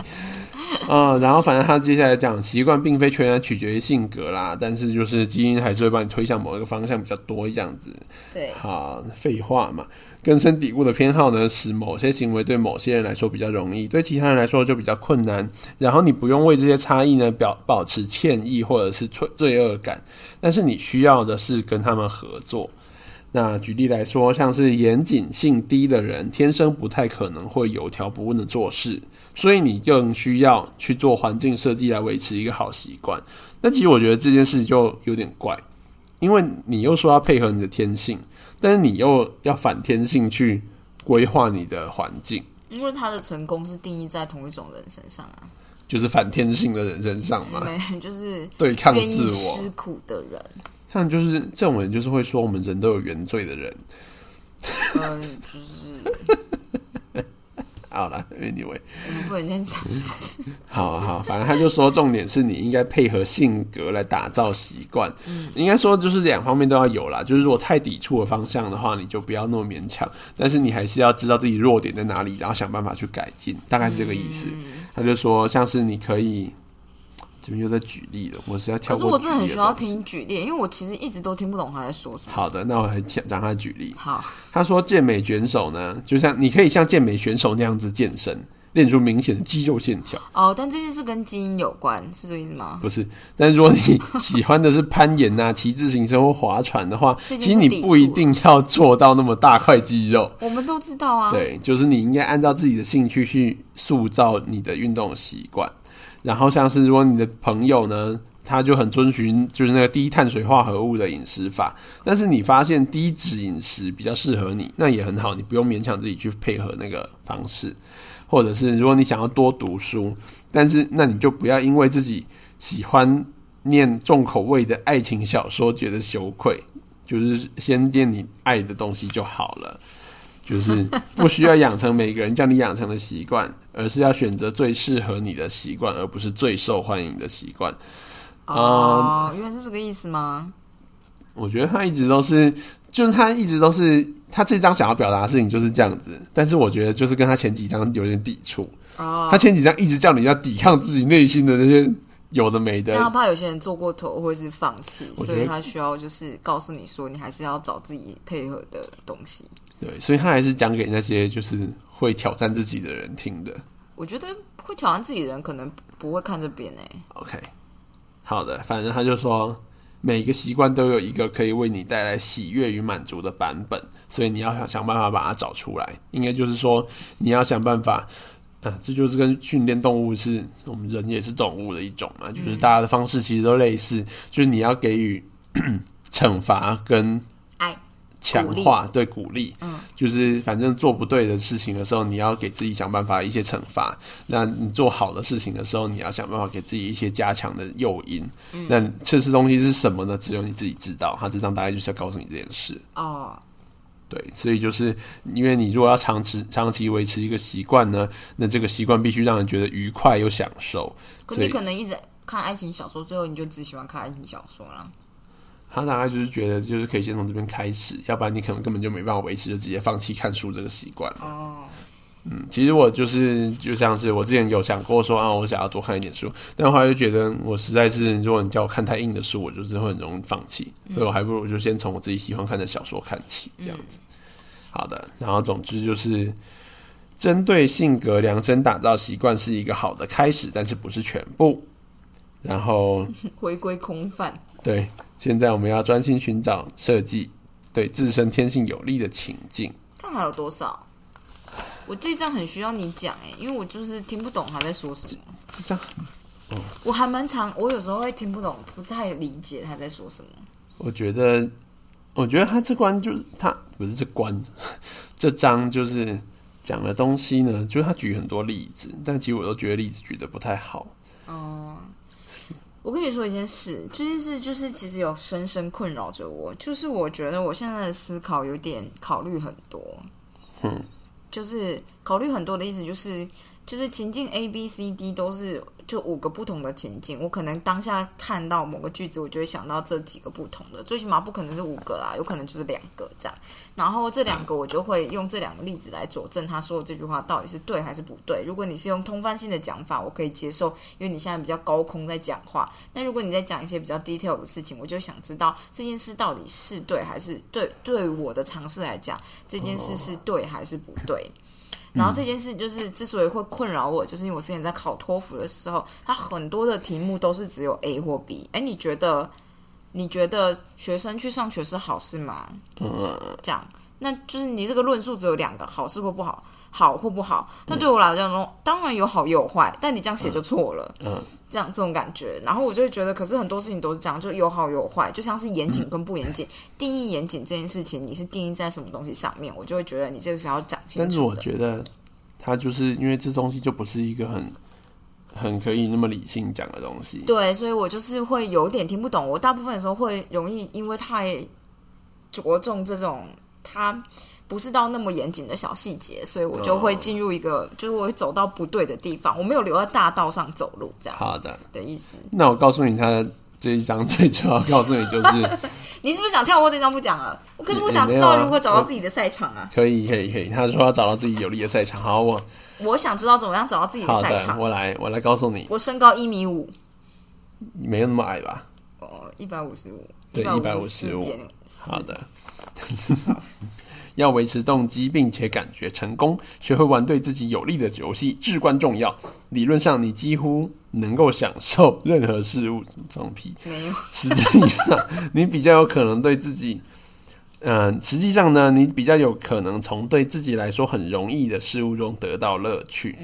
[SPEAKER 2] 嗯，然后反正他接下来讲，习惯并非全然取决于性格啦，但是就是基因还是会把你推向某一个方向比较多这样子。
[SPEAKER 1] 对，
[SPEAKER 2] 好，废话嘛，根深蒂固的偏好呢，使某些行为对某些人来说比较容易，对其他人来说就比较困难。然后你不用为这些差异呢表保持歉意或者是罪罪恶感，但是你需要的是跟他们合作。那举例来说，像是严谨性低的人，天生不太可能会有条不紊的做事，所以你更需要去做环境设计来维持一个好习惯。那其实我觉得这件事就有点怪，因为你又说要配合你的天性，但是你又要反天性去规划你的环境，
[SPEAKER 1] 因为他的成功是定义在同一种人身上啊，
[SPEAKER 2] 就是反天性的人身上嘛，
[SPEAKER 1] 没 就是
[SPEAKER 2] 对啊抗
[SPEAKER 1] 愿
[SPEAKER 2] 自
[SPEAKER 1] 意
[SPEAKER 2] 我
[SPEAKER 1] 吃。苦的人，
[SPEAKER 2] 像就是这种人，就是会说我们人都有原罪的人。
[SPEAKER 1] 嗯， 就是
[SPEAKER 2] 好啦 a n y w a y
[SPEAKER 1] 我们不能先这样子，
[SPEAKER 2] 好啊好，反正他就说，重点是你应该配合性格来打造习惯。应该说就是两方面都要有啦。就是如果太抵触的方向的话，你就不要那么勉强，但是你还是要知道自己弱点在哪里，然后想办法去改进，大概是这个意思。
[SPEAKER 1] 嗯
[SPEAKER 2] 他就说，像是你可以，这边又在举例了，我是要跳
[SPEAKER 1] 可是
[SPEAKER 2] 过。
[SPEAKER 1] 我真的很需要。听举例，因为我其实一直都听不懂他在说什么。
[SPEAKER 2] 好的，那我来讲讲他的举例。
[SPEAKER 1] 好，
[SPEAKER 2] 他说健美选手呢，就像你可以像健美选手那样子健身，练出明显的肌肉线条。
[SPEAKER 1] 哦，但这件事跟基因有关，是这个意思吗？
[SPEAKER 2] 不是，但是如果你喜欢的是攀岩呐、 骑自行车或划船的话，
[SPEAKER 1] 这就
[SPEAKER 2] 其实
[SPEAKER 1] 是
[SPEAKER 2] 你
[SPEAKER 1] 抵
[SPEAKER 2] 不一
[SPEAKER 1] 触
[SPEAKER 2] 定要做到那么大块肌肉。
[SPEAKER 1] 我们都知道啊，
[SPEAKER 2] 对，就是你应该按照自己的兴趣去塑造你的运动习惯。然后像是如果你的朋友呢，他就很遵循就是那个低碳水化合物的饮食法，但是你发现低脂饮食比较适合你，那也很好，你不用勉强自己去配合那个方式。或者是如果你想要多读书，但是那你就不要因为自己喜欢念重口味的爱情小说觉得羞愧，就是先念你爱的东西就好了。就是不需要养成每个人叫你养成的习惯，而是要选择最适合你的习惯，而不是最受欢迎的习惯。嗯
[SPEAKER 1] 哦，原来是这个意思吗？
[SPEAKER 2] 我觉得他一直都是，就是他一直都是他这张想要表达的事情就是这样子，但是我觉得就是跟他前几张有点抵触。
[SPEAKER 1] 哦
[SPEAKER 2] 他，前几张一直叫你要抵抗自己内心的那些有的没
[SPEAKER 1] 但他
[SPEAKER 2] 的，
[SPEAKER 1] 怕有些人做过头或者是放弃，
[SPEAKER 2] 我觉
[SPEAKER 1] 所
[SPEAKER 2] 得
[SPEAKER 1] 以他需要就是告诉你说，你还是要找自己配合的东西。
[SPEAKER 2] 对，所以他还是讲给那些就是会挑战自己的人听的。
[SPEAKER 1] 我觉得会挑战自己的人，可能不会看这边欸诶、
[SPEAKER 2] OK，好的，反正他就说，每个习惯都有一个可以为你带来喜悦与满足的版本，所以你要想想办法把它找出来。应该就是说，你要想办法。啊，这就是跟训练动物是我们人也是动物的一种嘛，就是大家的方式其实都类似，就是你要给予 惩罚跟
[SPEAKER 1] 爱
[SPEAKER 2] 强
[SPEAKER 1] 鼓励
[SPEAKER 2] 化，对鼓励，嗯，就是反正做不对的事情的时候，你要给自己想办法一些惩罚；那你做好的事情的时候，你要想办法给自己一些加强的诱因。
[SPEAKER 1] 嗯
[SPEAKER 2] 那这些东西是什么呢？只有你自己知道。他这张大概就是要告诉你这件事。
[SPEAKER 1] 哦，
[SPEAKER 2] 对，所以就是因为你如果要长期长期维持一个习惯呢，那这个习惯必须让人觉得愉快又享受。
[SPEAKER 1] 可
[SPEAKER 2] 所
[SPEAKER 1] 你
[SPEAKER 2] 以
[SPEAKER 1] 可能一直看爱情小说，最后你就只喜欢看爱情小说啦。
[SPEAKER 2] 他大概就是觉得，就是可以先从这边开始，要不然你可能根本就没办法维持，就直接放弃看书这个习惯。嗯
[SPEAKER 1] 哦，
[SPEAKER 2] 其实我就是就像是我之前有想过说啊，我想要多看一点书，但后来就觉得我实在是，如果你叫我看太硬的书，我就是会很容易放弃，所以我还不如就先从我自己喜欢看的小说看起，这样子。好的，然后总之就是针对性格量身打造习惯是一个好的开始，但是不是全部。然后
[SPEAKER 1] 回归空泛。
[SPEAKER 2] 对，现在我们要专心寻找设计对自身天性有利的情境。
[SPEAKER 1] 看还有多少？我这一站很需要你讲哎、因为我就是听不懂他在说什么。
[SPEAKER 2] 是这样，
[SPEAKER 1] 我还蛮常，我有时候会听不懂，不太理解他在说什么。
[SPEAKER 2] 我觉得，我觉得他这关就是他不是这关， 这章就是讲的东西呢，就是他举很多例子，但其实我都觉得例子举的不太好。
[SPEAKER 1] 哦、我跟你说一件事，这件事就是其实有深深困扰着我，就是我觉得我现在的思考有点考虑很多，
[SPEAKER 2] 嗯，
[SPEAKER 1] 就是考虑很多的意思就是就是情境 A B C D 都是就五个不同的情境，我可能当下看到某个句子，我就会想到这几个不同的，最起码不可能是五个啦，有可能就是两个这样。然后这两个我就会用这两个例子来佐证他说的这句话到底是对还是不对。如果你是用通泛性的讲法，我可以接受，因为你现在比较高空在讲话。那如果你在讲一些比较 detail 的事情，我就想知道这件事到底是对还是对对我的尝试来讲，这件事是对还是不对。然
[SPEAKER 2] 嗯
[SPEAKER 1] 后这件事就是之所以会困扰我，就是因为我之前在考托福的时候，它很多的题目都是只有 A 或 B。哎，你觉得你觉得学生去上学是好事吗？
[SPEAKER 2] 嗯，
[SPEAKER 1] 这样，那就是你这个论述只有两个，好事或不好，好或不好。那对我来讲说，当然有好也有坏，但你这样写就错了。
[SPEAKER 2] 嗯嗯，
[SPEAKER 1] 这样这种感觉，然后我就会觉得，可是很多事情都是这样，就有好有坏，就像是严
[SPEAKER 2] 嗯
[SPEAKER 1] 谨跟不严谨。定义严谨这件事情，你是定义在什么东西上面，我就会觉得你这个是要讲清楚的。
[SPEAKER 2] 但是我觉得他就是因为这东西就不是一个很很可以那么理性讲的东西。
[SPEAKER 1] 对，所以我就是会有点听不懂。我大部分的时候会容易因为太着重这种它不是到那么严谨的小细节，所以我就
[SPEAKER 2] 哦
[SPEAKER 1] 会进入一个，就是我会走到不对的地方。我没有留在大道上走路，这样
[SPEAKER 2] 好的，
[SPEAKER 1] 的意思。
[SPEAKER 2] 那我告诉你，他的这一章 最主要告诉你就是
[SPEAKER 1] 你是不是想跳过这张不讲了？我可是我
[SPEAKER 2] 也
[SPEAKER 1] 想
[SPEAKER 2] 没
[SPEAKER 1] 知
[SPEAKER 2] 有
[SPEAKER 1] 道
[SPEAKER 2] 啊
[SPEAKER 1] 如何找到
[SPEAKER 2] 我
[SPEAKER 1] 自己的赛场啊！
[SPEAKER 2] 可以，可以，可以。他说要找到自己有利的赛场。好，我
[SPEAKER 1] 我想知道怎么样找到自己
[SPEAKER 2] 好
[SPEAKER 1] 的赛
[SPEAKER 2] 的，
[SPEAKER 1] 场。
[SPEAKER 2] 我来，我来告诉你，
[SPEAKER 1] 我身高一米五，
[SPEAKER 2] 你没有那么矮吧？
[SPEAKER 1] 哦，一百五十五，
[SPEAKER 2] 对
[SPEAKER 1] 四
[SPEAKER 2] 155
[SPEAKER 1] 点四
[SPEAKER 2] 好的。 要维持动机，并且感觉成功，学会玩对自己有利的游戏至关重要。理论上，你几乎能够享受任何事物。放屁！
[SPEAKER 1] 没有。
[SPEAKER 2] 实际上，你比较有可能对自己，嗯、实际上呢，你比较有可能从对自己来说很容易的事物中得到乐趣。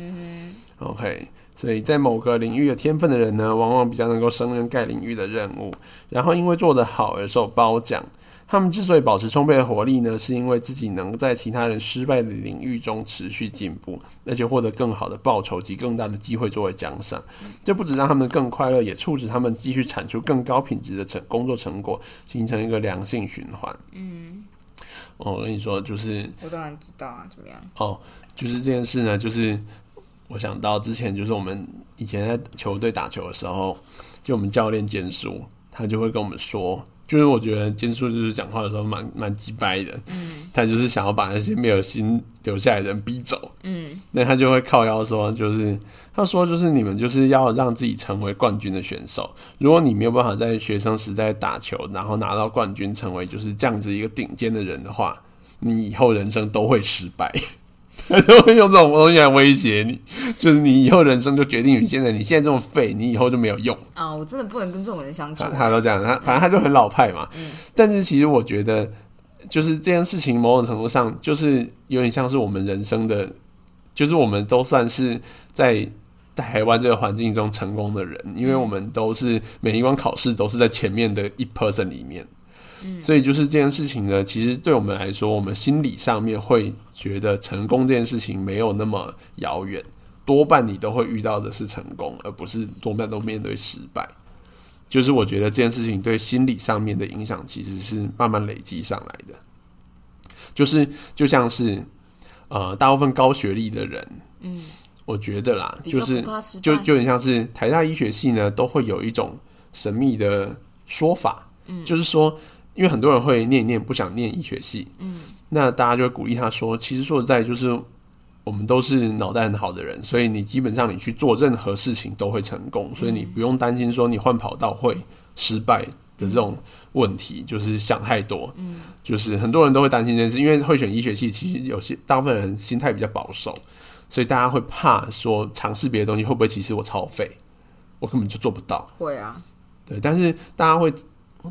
[SPEAKER 2] OK，所以在某个领域有天分的人呢，往往比较能够胜任该领域的任务，然后因为做得好而受褒奖。他们之所以保持充沛的活力呢，是因为自己能在其他人失败的领域中持续进步，而且获得更好的报酬及更大的机会作为奖赏。这不止让他们更快乐，也促使他们继续产出更高品质的成工作成果，形成一个良性循环。嗯，哦，我跟你说，就是
[SPEAKER 1] 我当然知道啊，怎么样？
[SPEAKER 2] 哦，就是这件事呢，就是我想到之前，就是我们以前在球队打球的时候，就我们教练坚叔，他就会跟我们说，就是我觉得坚叔就是讲话的时候蛮蛮鸡掰的，嗯，他就是想要把那些没有心留下来的人逼走，
[SPEAKER 1] 嗯，
[SPEAKER 2] 那他就会靠腰说，就是他说就是你们就是要让自己成为冠军的选手，如果你没有办法在学生时代打球，然后拿到冠军，成为就是这样子一个顶尖的人的话。你以后人生都会失败，他就会用这种东西来威胁你，就是你以后人生就决定于现在，你现在这么废，你以后就没有用。
[SPEAKER 1] 啊，我真的不能跟这种人相处啊
[SPEAKER 2] 他。他都这样，他反正他就很老派嘛。但是其实我觉得，就是这件事情某种程度上，就是有点像是我们人生的，就是我们都算是在。台湾这个环境中成功的人，因为我们都是每一关考试都是在前面的一 person 里面，
[SPEAKER 1] 嗯
[SPEAKER 2] 所以就是这件事情呢，其实对我们来说，我们心理上面会觉得成功这件事情没有那么遥远，多半你都会遇到的是成功，而不是多半都面对失败。就是我觉得这件事情对心理上面的影响，其实是慢慢累积上来的。就是就像是呃，大部分高学历的人，
[SPEAKER 1] 嗯，
[SPEAKER 2] 我觉得啦，
[SPEAKER 1] 比较
[SPEAKER 2] 就是
[SPEAKER 1] 不怕失败
[SPEAKER 2] 就就很像是台大医学系呢，都会有一种神秘的说法，嗯，就是说，因为很多人会念一念不想念医学系，嗯，那大家就会鼓励他说，其实说实在就是。我们都是脑袋很好的人，所以你基本上你去做任何事情都会成功，所以你不用担心说你换跑道会失败的这种问题，就是想太多。嗯，就是很多人都会担心这件事，因为会选医学系，其实有些大部分人心态比较保守，所以大家会怕说尝试别的东西会不会其实我超废，我根本就做不到。
[SPEAKER 1] 会啊，
[SPEAKER 2] 对，但是大家会，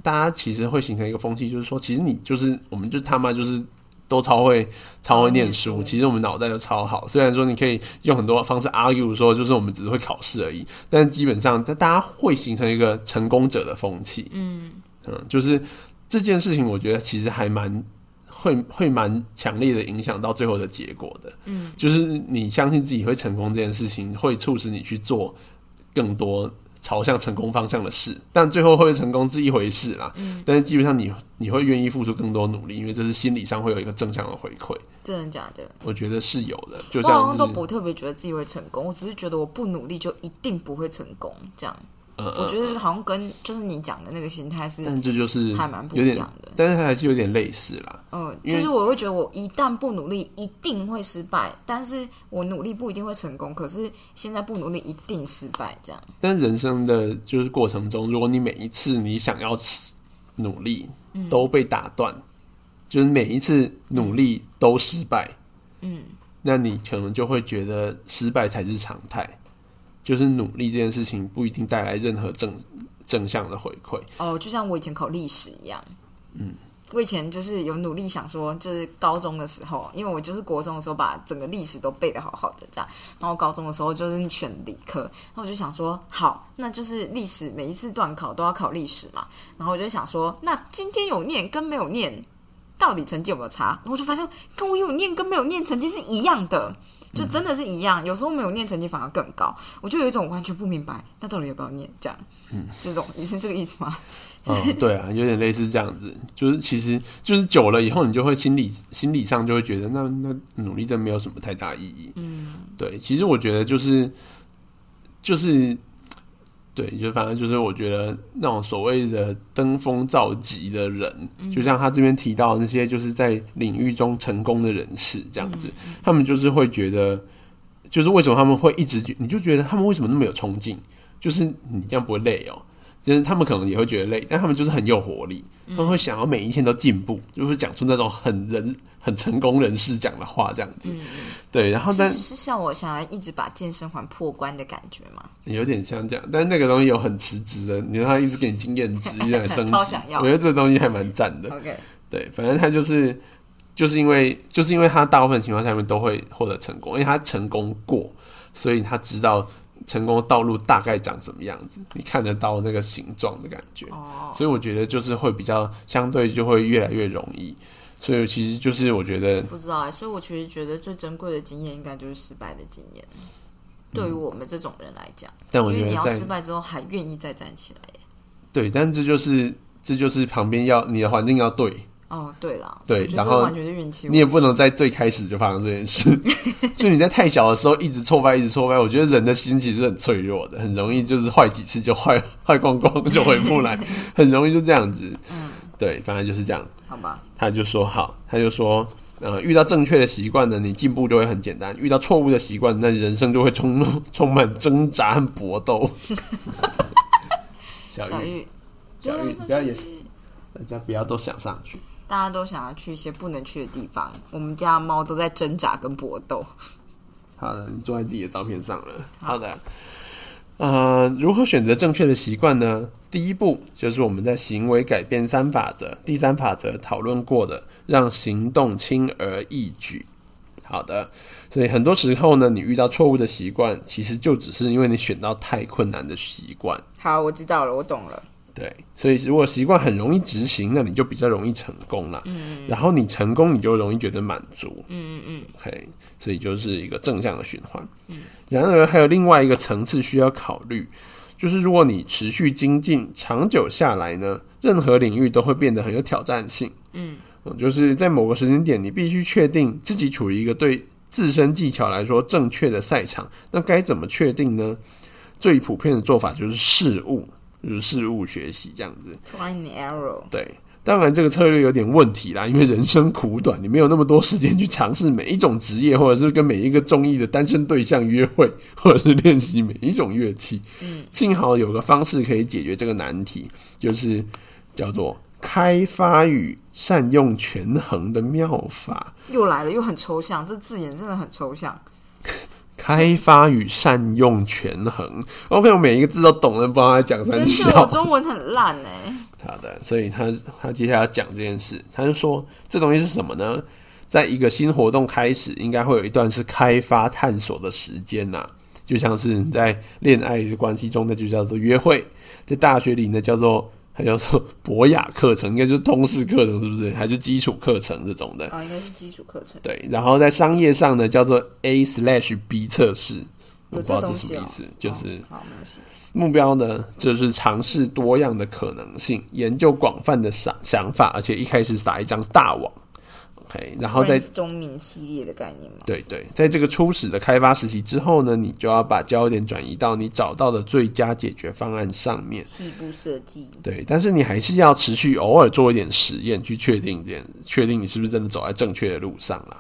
[SPEAKER 2] 大家其实会形成一个风气，就是说，其实你就是，我们就他妈就是都超会超会念
[SPEAKER 1] 超会
[SPEAKER 2] 书，
[SPEAKER 1] 念书
[SPEAKER 2] 其实我们脑袋都超好。虽然说你可以用很多方式 argue 说，就是我们只是会考试而已，但是基本上，大大家会形成一个成功者的风气。嗯嗯，就是这件事情，我觉得其实还蛮。会会蛮强烈的影响到最后的结果的，嗯，就是你相信自己会成功这件事情，会促使你去做更多朝向成功方向的事，但最后会不会成功是一回事啦。嗯、但是基本上你你会愿意付出更多努力，因为这是心理上会有一个正向的回馈。
[SPEAKER 1] 真的假的？
[SPEAKER 2] 我觉得是有的，就
[SPEAKER 1] 我好
[SPEAKER 2] 像
[SPEAKER 1] 像
[SPEAKER 2] 是
[SPEAKER 1] 都不特别觉得自己会成功，我只是觉得我不努力就一定不会成功。这样，
[SPEAKER 2] 嗯
[SPEAKER 1] 我觉得好像跟就是你讲的那个心态是，
[SPEAKER 2] 但这就是
[SPEAKER 1] 还蛮不
[SPEAKER 2] 有点
[SPEAKER 1] 一样的
[SPEAKER 2] 但是它还是有点类似啦。
[SPEAKER 1] 嗯，
[SPEAKER 2] 因
[SPEAKER 1] 就
[SPEAKER 2] 为
[SPEAKER 1] 是我会觉得我一旦不努力一定会失败，但是我努力不一定会成功，可是现在不努力一定失败。这样，
[SPEAKER 2] 但人生的就是过程中，如果你每一次你想要努力都被打断，就是每一次努力都失败，嗯，那你可能就会觉得失败才是常态，就是努力这件事情不一定带来任何正正向的回馈。
[SPEAKER 1] 哦，就像我以前考历史一样，嗯，我以前就是有努力想说，就是高中的时候，因为我就是国中的时候把整个历史都背得好好的这样，然后高中的时候就是选理科，然后我就想说，好，那就是历史每一次段考都要考历史嘛，然后我就想说，那今天有念跟没有念，到底成绩有没有差？然后我就发现跟我有念跟没有念成绩是一样的。就真的是一样，有时候没有念成绩反而更高，我就有一种完全不明白，那到底要不要念这样？嗯，这种你是这个意思吗？
[SPEAKER 2] 嗯， 对啊，有点类似这样子，就是其实就是久了以后，你就会心理心理上就会觉得那那努力真没有什么太大意义。嗯，对，其实我觉得就是就是对，就反正就是我觉得那种所谓的登峰造极的人，就像他这边提到那些就是在领域中成功的人士这样子，他们就是会觉得，就是为什么他们会一直觉，你就觉得他们为什么那么有冲劲？就是你这样不会累哦、就是他们可能也会觉得累，但他们就是很有活力，他们会想要每一天都进步，就会讲出那种很人很成功人士讲的话这样子。对，然后
[SPEAKER 1] 是
[SPEAKER 2] 但
[SPEAKER 1] 是是像我想要一直把健身环破关的感觉吗？
[SPEAKER 2] 有点像这样，但是那个东西有很辞职的，你让他一直给你经验值，让你升级，
[SPEAKER 1] 超想要
[SPEAKER 2] 我觉得这东西还蛮赞的。
[SPEAKER 1] OK，
[SPEAKER 2] 对，反正他就是就是因为就是因为他大部分情况下面都会获得成功，因为他成功过，所以他知道成功的道路大概长什么样子，你看得到那个形状的感觉。
[SPEAKER 1] 哦，
[SPEAKER 2] 所以我觉得就是会比较相对就会越来越容易。所以其实就是我觉得，
[SPEAKER 1] 不知道哎、所以我其实觉得最珍贵的经验应该就是失败的经验，对于我们这种人来讲，
[SPEAKER 2] 嗯但我
[SPEAKER 1] 因
[SPEAKER 2] 觉
[SPEAKER 1] 为
[SPEAKER 2] 得
[SPEAKER 1] 你要
[SPEAKER 2] 在
[SPEAKER 1] 失败之后还愿意再站起来耶。
[SPEAKER 2] 对，但这就是这就是旁边要你的环境要对，
[SPEAKER 1] 哦，对啦，
[SPEAKER 2] 对
[SPEAKER 1] 我觉得
[SPEAKER 2] 然
[SPEAKER 1] 这
[SPEAKER 2] 后
[SPEAKER 1] 完全是运气问题，
[SPEAKER 2] 你也不能在最开始就发生这件事。 就你在太小的时候一直挫败，一直挫败，我觉得人的心其实很脆弱的，很容易就是坏几次就坏 坏光光就回不来，很容易就这样子。嗯，对，反正就是这样。
[SPEAKER 1] 好吧？
[SPEAKER 2] 他就说好，他就说，呃，遇到正确的习惯呢，你进步就会很简单；遇到错误的习惯，那人生就会充充满 挣扎和搏斗。小
[SPEAKER 1] 小
[SPEAKER 2] 玉，啊
[SPEAKER 1] 玉，
[SPEAKER 2] 小玉，不要也，大家不要都想上去。
[SPEAKER 1] 大家都想要去一些不能去的地方，我们家的猫都在挣扎跟搏斗。
[SPEAKER 2] 好的，你坐在自己的照片上了。好的，呃，如何选择正确的习惯呢？第一步就是我们在行为改变三法则，第三法则讨论过的，让行动轻而易举。好的，所以很多时候呢，你遇到错误的习惯，其实就只是因为你选到太困难的习惯。
[SPEAKER 1] 好，我知道了，我懂了。
[SPEAKER 2] 对，所以如果习惯很容易执行，那你就比较容易成功啦。嗯，然后你成功，你就容易觉得满足。嗯嗯嗯。OK，所以就是一个正向的循环。嗯。然而，还有另外一个层次需要考虑，就是如果你持续精进，长久下来呢，任何领域都会变得很有挑战性。
[SPEAKER 1] 嗯
[SPEAKER 2] 嗯，就是在某个时间点，你必须确定自己处于一个对自身技巧来说正确的赛场。那该怎么确定呢？最普遍的做法就是事物，就是嗯事物学习这样子。
[SPEAKER 1] Try an arrow。
[SPEAKER 2] 对，当然这个策略有点问题啦，因为人生苦短，你没有那么多时间去尝试每一种职业，或者是跟每一个中意的单身对象约会，或者是练习每一种乐器。嗯，幸好有个方式可以解决这个难题，就是叫做开发与善用权衡的妙法。
[SPEAKER 1] 又来了，又很抽象，这字眼真的很抽象。
[SPEAKER 2] 开发与善用权衡，OK，我每一个字都懂了，不知道他在讲
[SPEAKER 1] 真
[SPEAKER 2] 三
[SPEAKER 1] 的，哦我
[SPEAKER 2] 小。
[SPEAKER 1] 中文很烂哎、
[SPEAKER 2] 好的，所以他他接下来讲这件事，他就说这东西是什么呢？在一个新活动开始，应该会有一段是开发探索的时间啦、就像是你在恋爱的关系中，那就叫做约会；在大学里呢，叫做还叫做博雅课程，应该就是通识课程，是不是？还是基础课程这种
[SPEAKER 1] 哦
[SPEAKER 2] 的？
[SPEAKER 1] 啊，应该是基础课程。
[SPEAKER 2] 对，然后在商业上呢，叫做 A slash B 测试。我
[SPEAKER 1] 有
[SPEAKER 2] 不知
[SPEAKER 1] 这
[SPEAKER 2] 道
[SPEAKER 1] 东
[SPEAKER 2] 这是
[SPEAKER 1] 西
[SPEAKER 2] 什么
[SPEAKER 1] 哦
[SPEAKER 2] 意思，就是
[SPEAKER 1] 好，没关系。
[SPEAKER 2] 目标呢，就是尝试多样的可能性，研究广泛的想想法，而且一开始撒一张大网。OK，然后在
[SPEAKER 1] 中明系列的概念嘛，
[SPEAKER 2] 对对，在这个初始的开发时期之后呢，你就要把焦点转移到你找到的最佳解决方案上面。
[SPEAKER 1] 细部设计，
[SPEAKER 2] 对，但是你还是要持续偶尔做一点实验，去确定一点，确定你是不是真的走在正确的路上啦。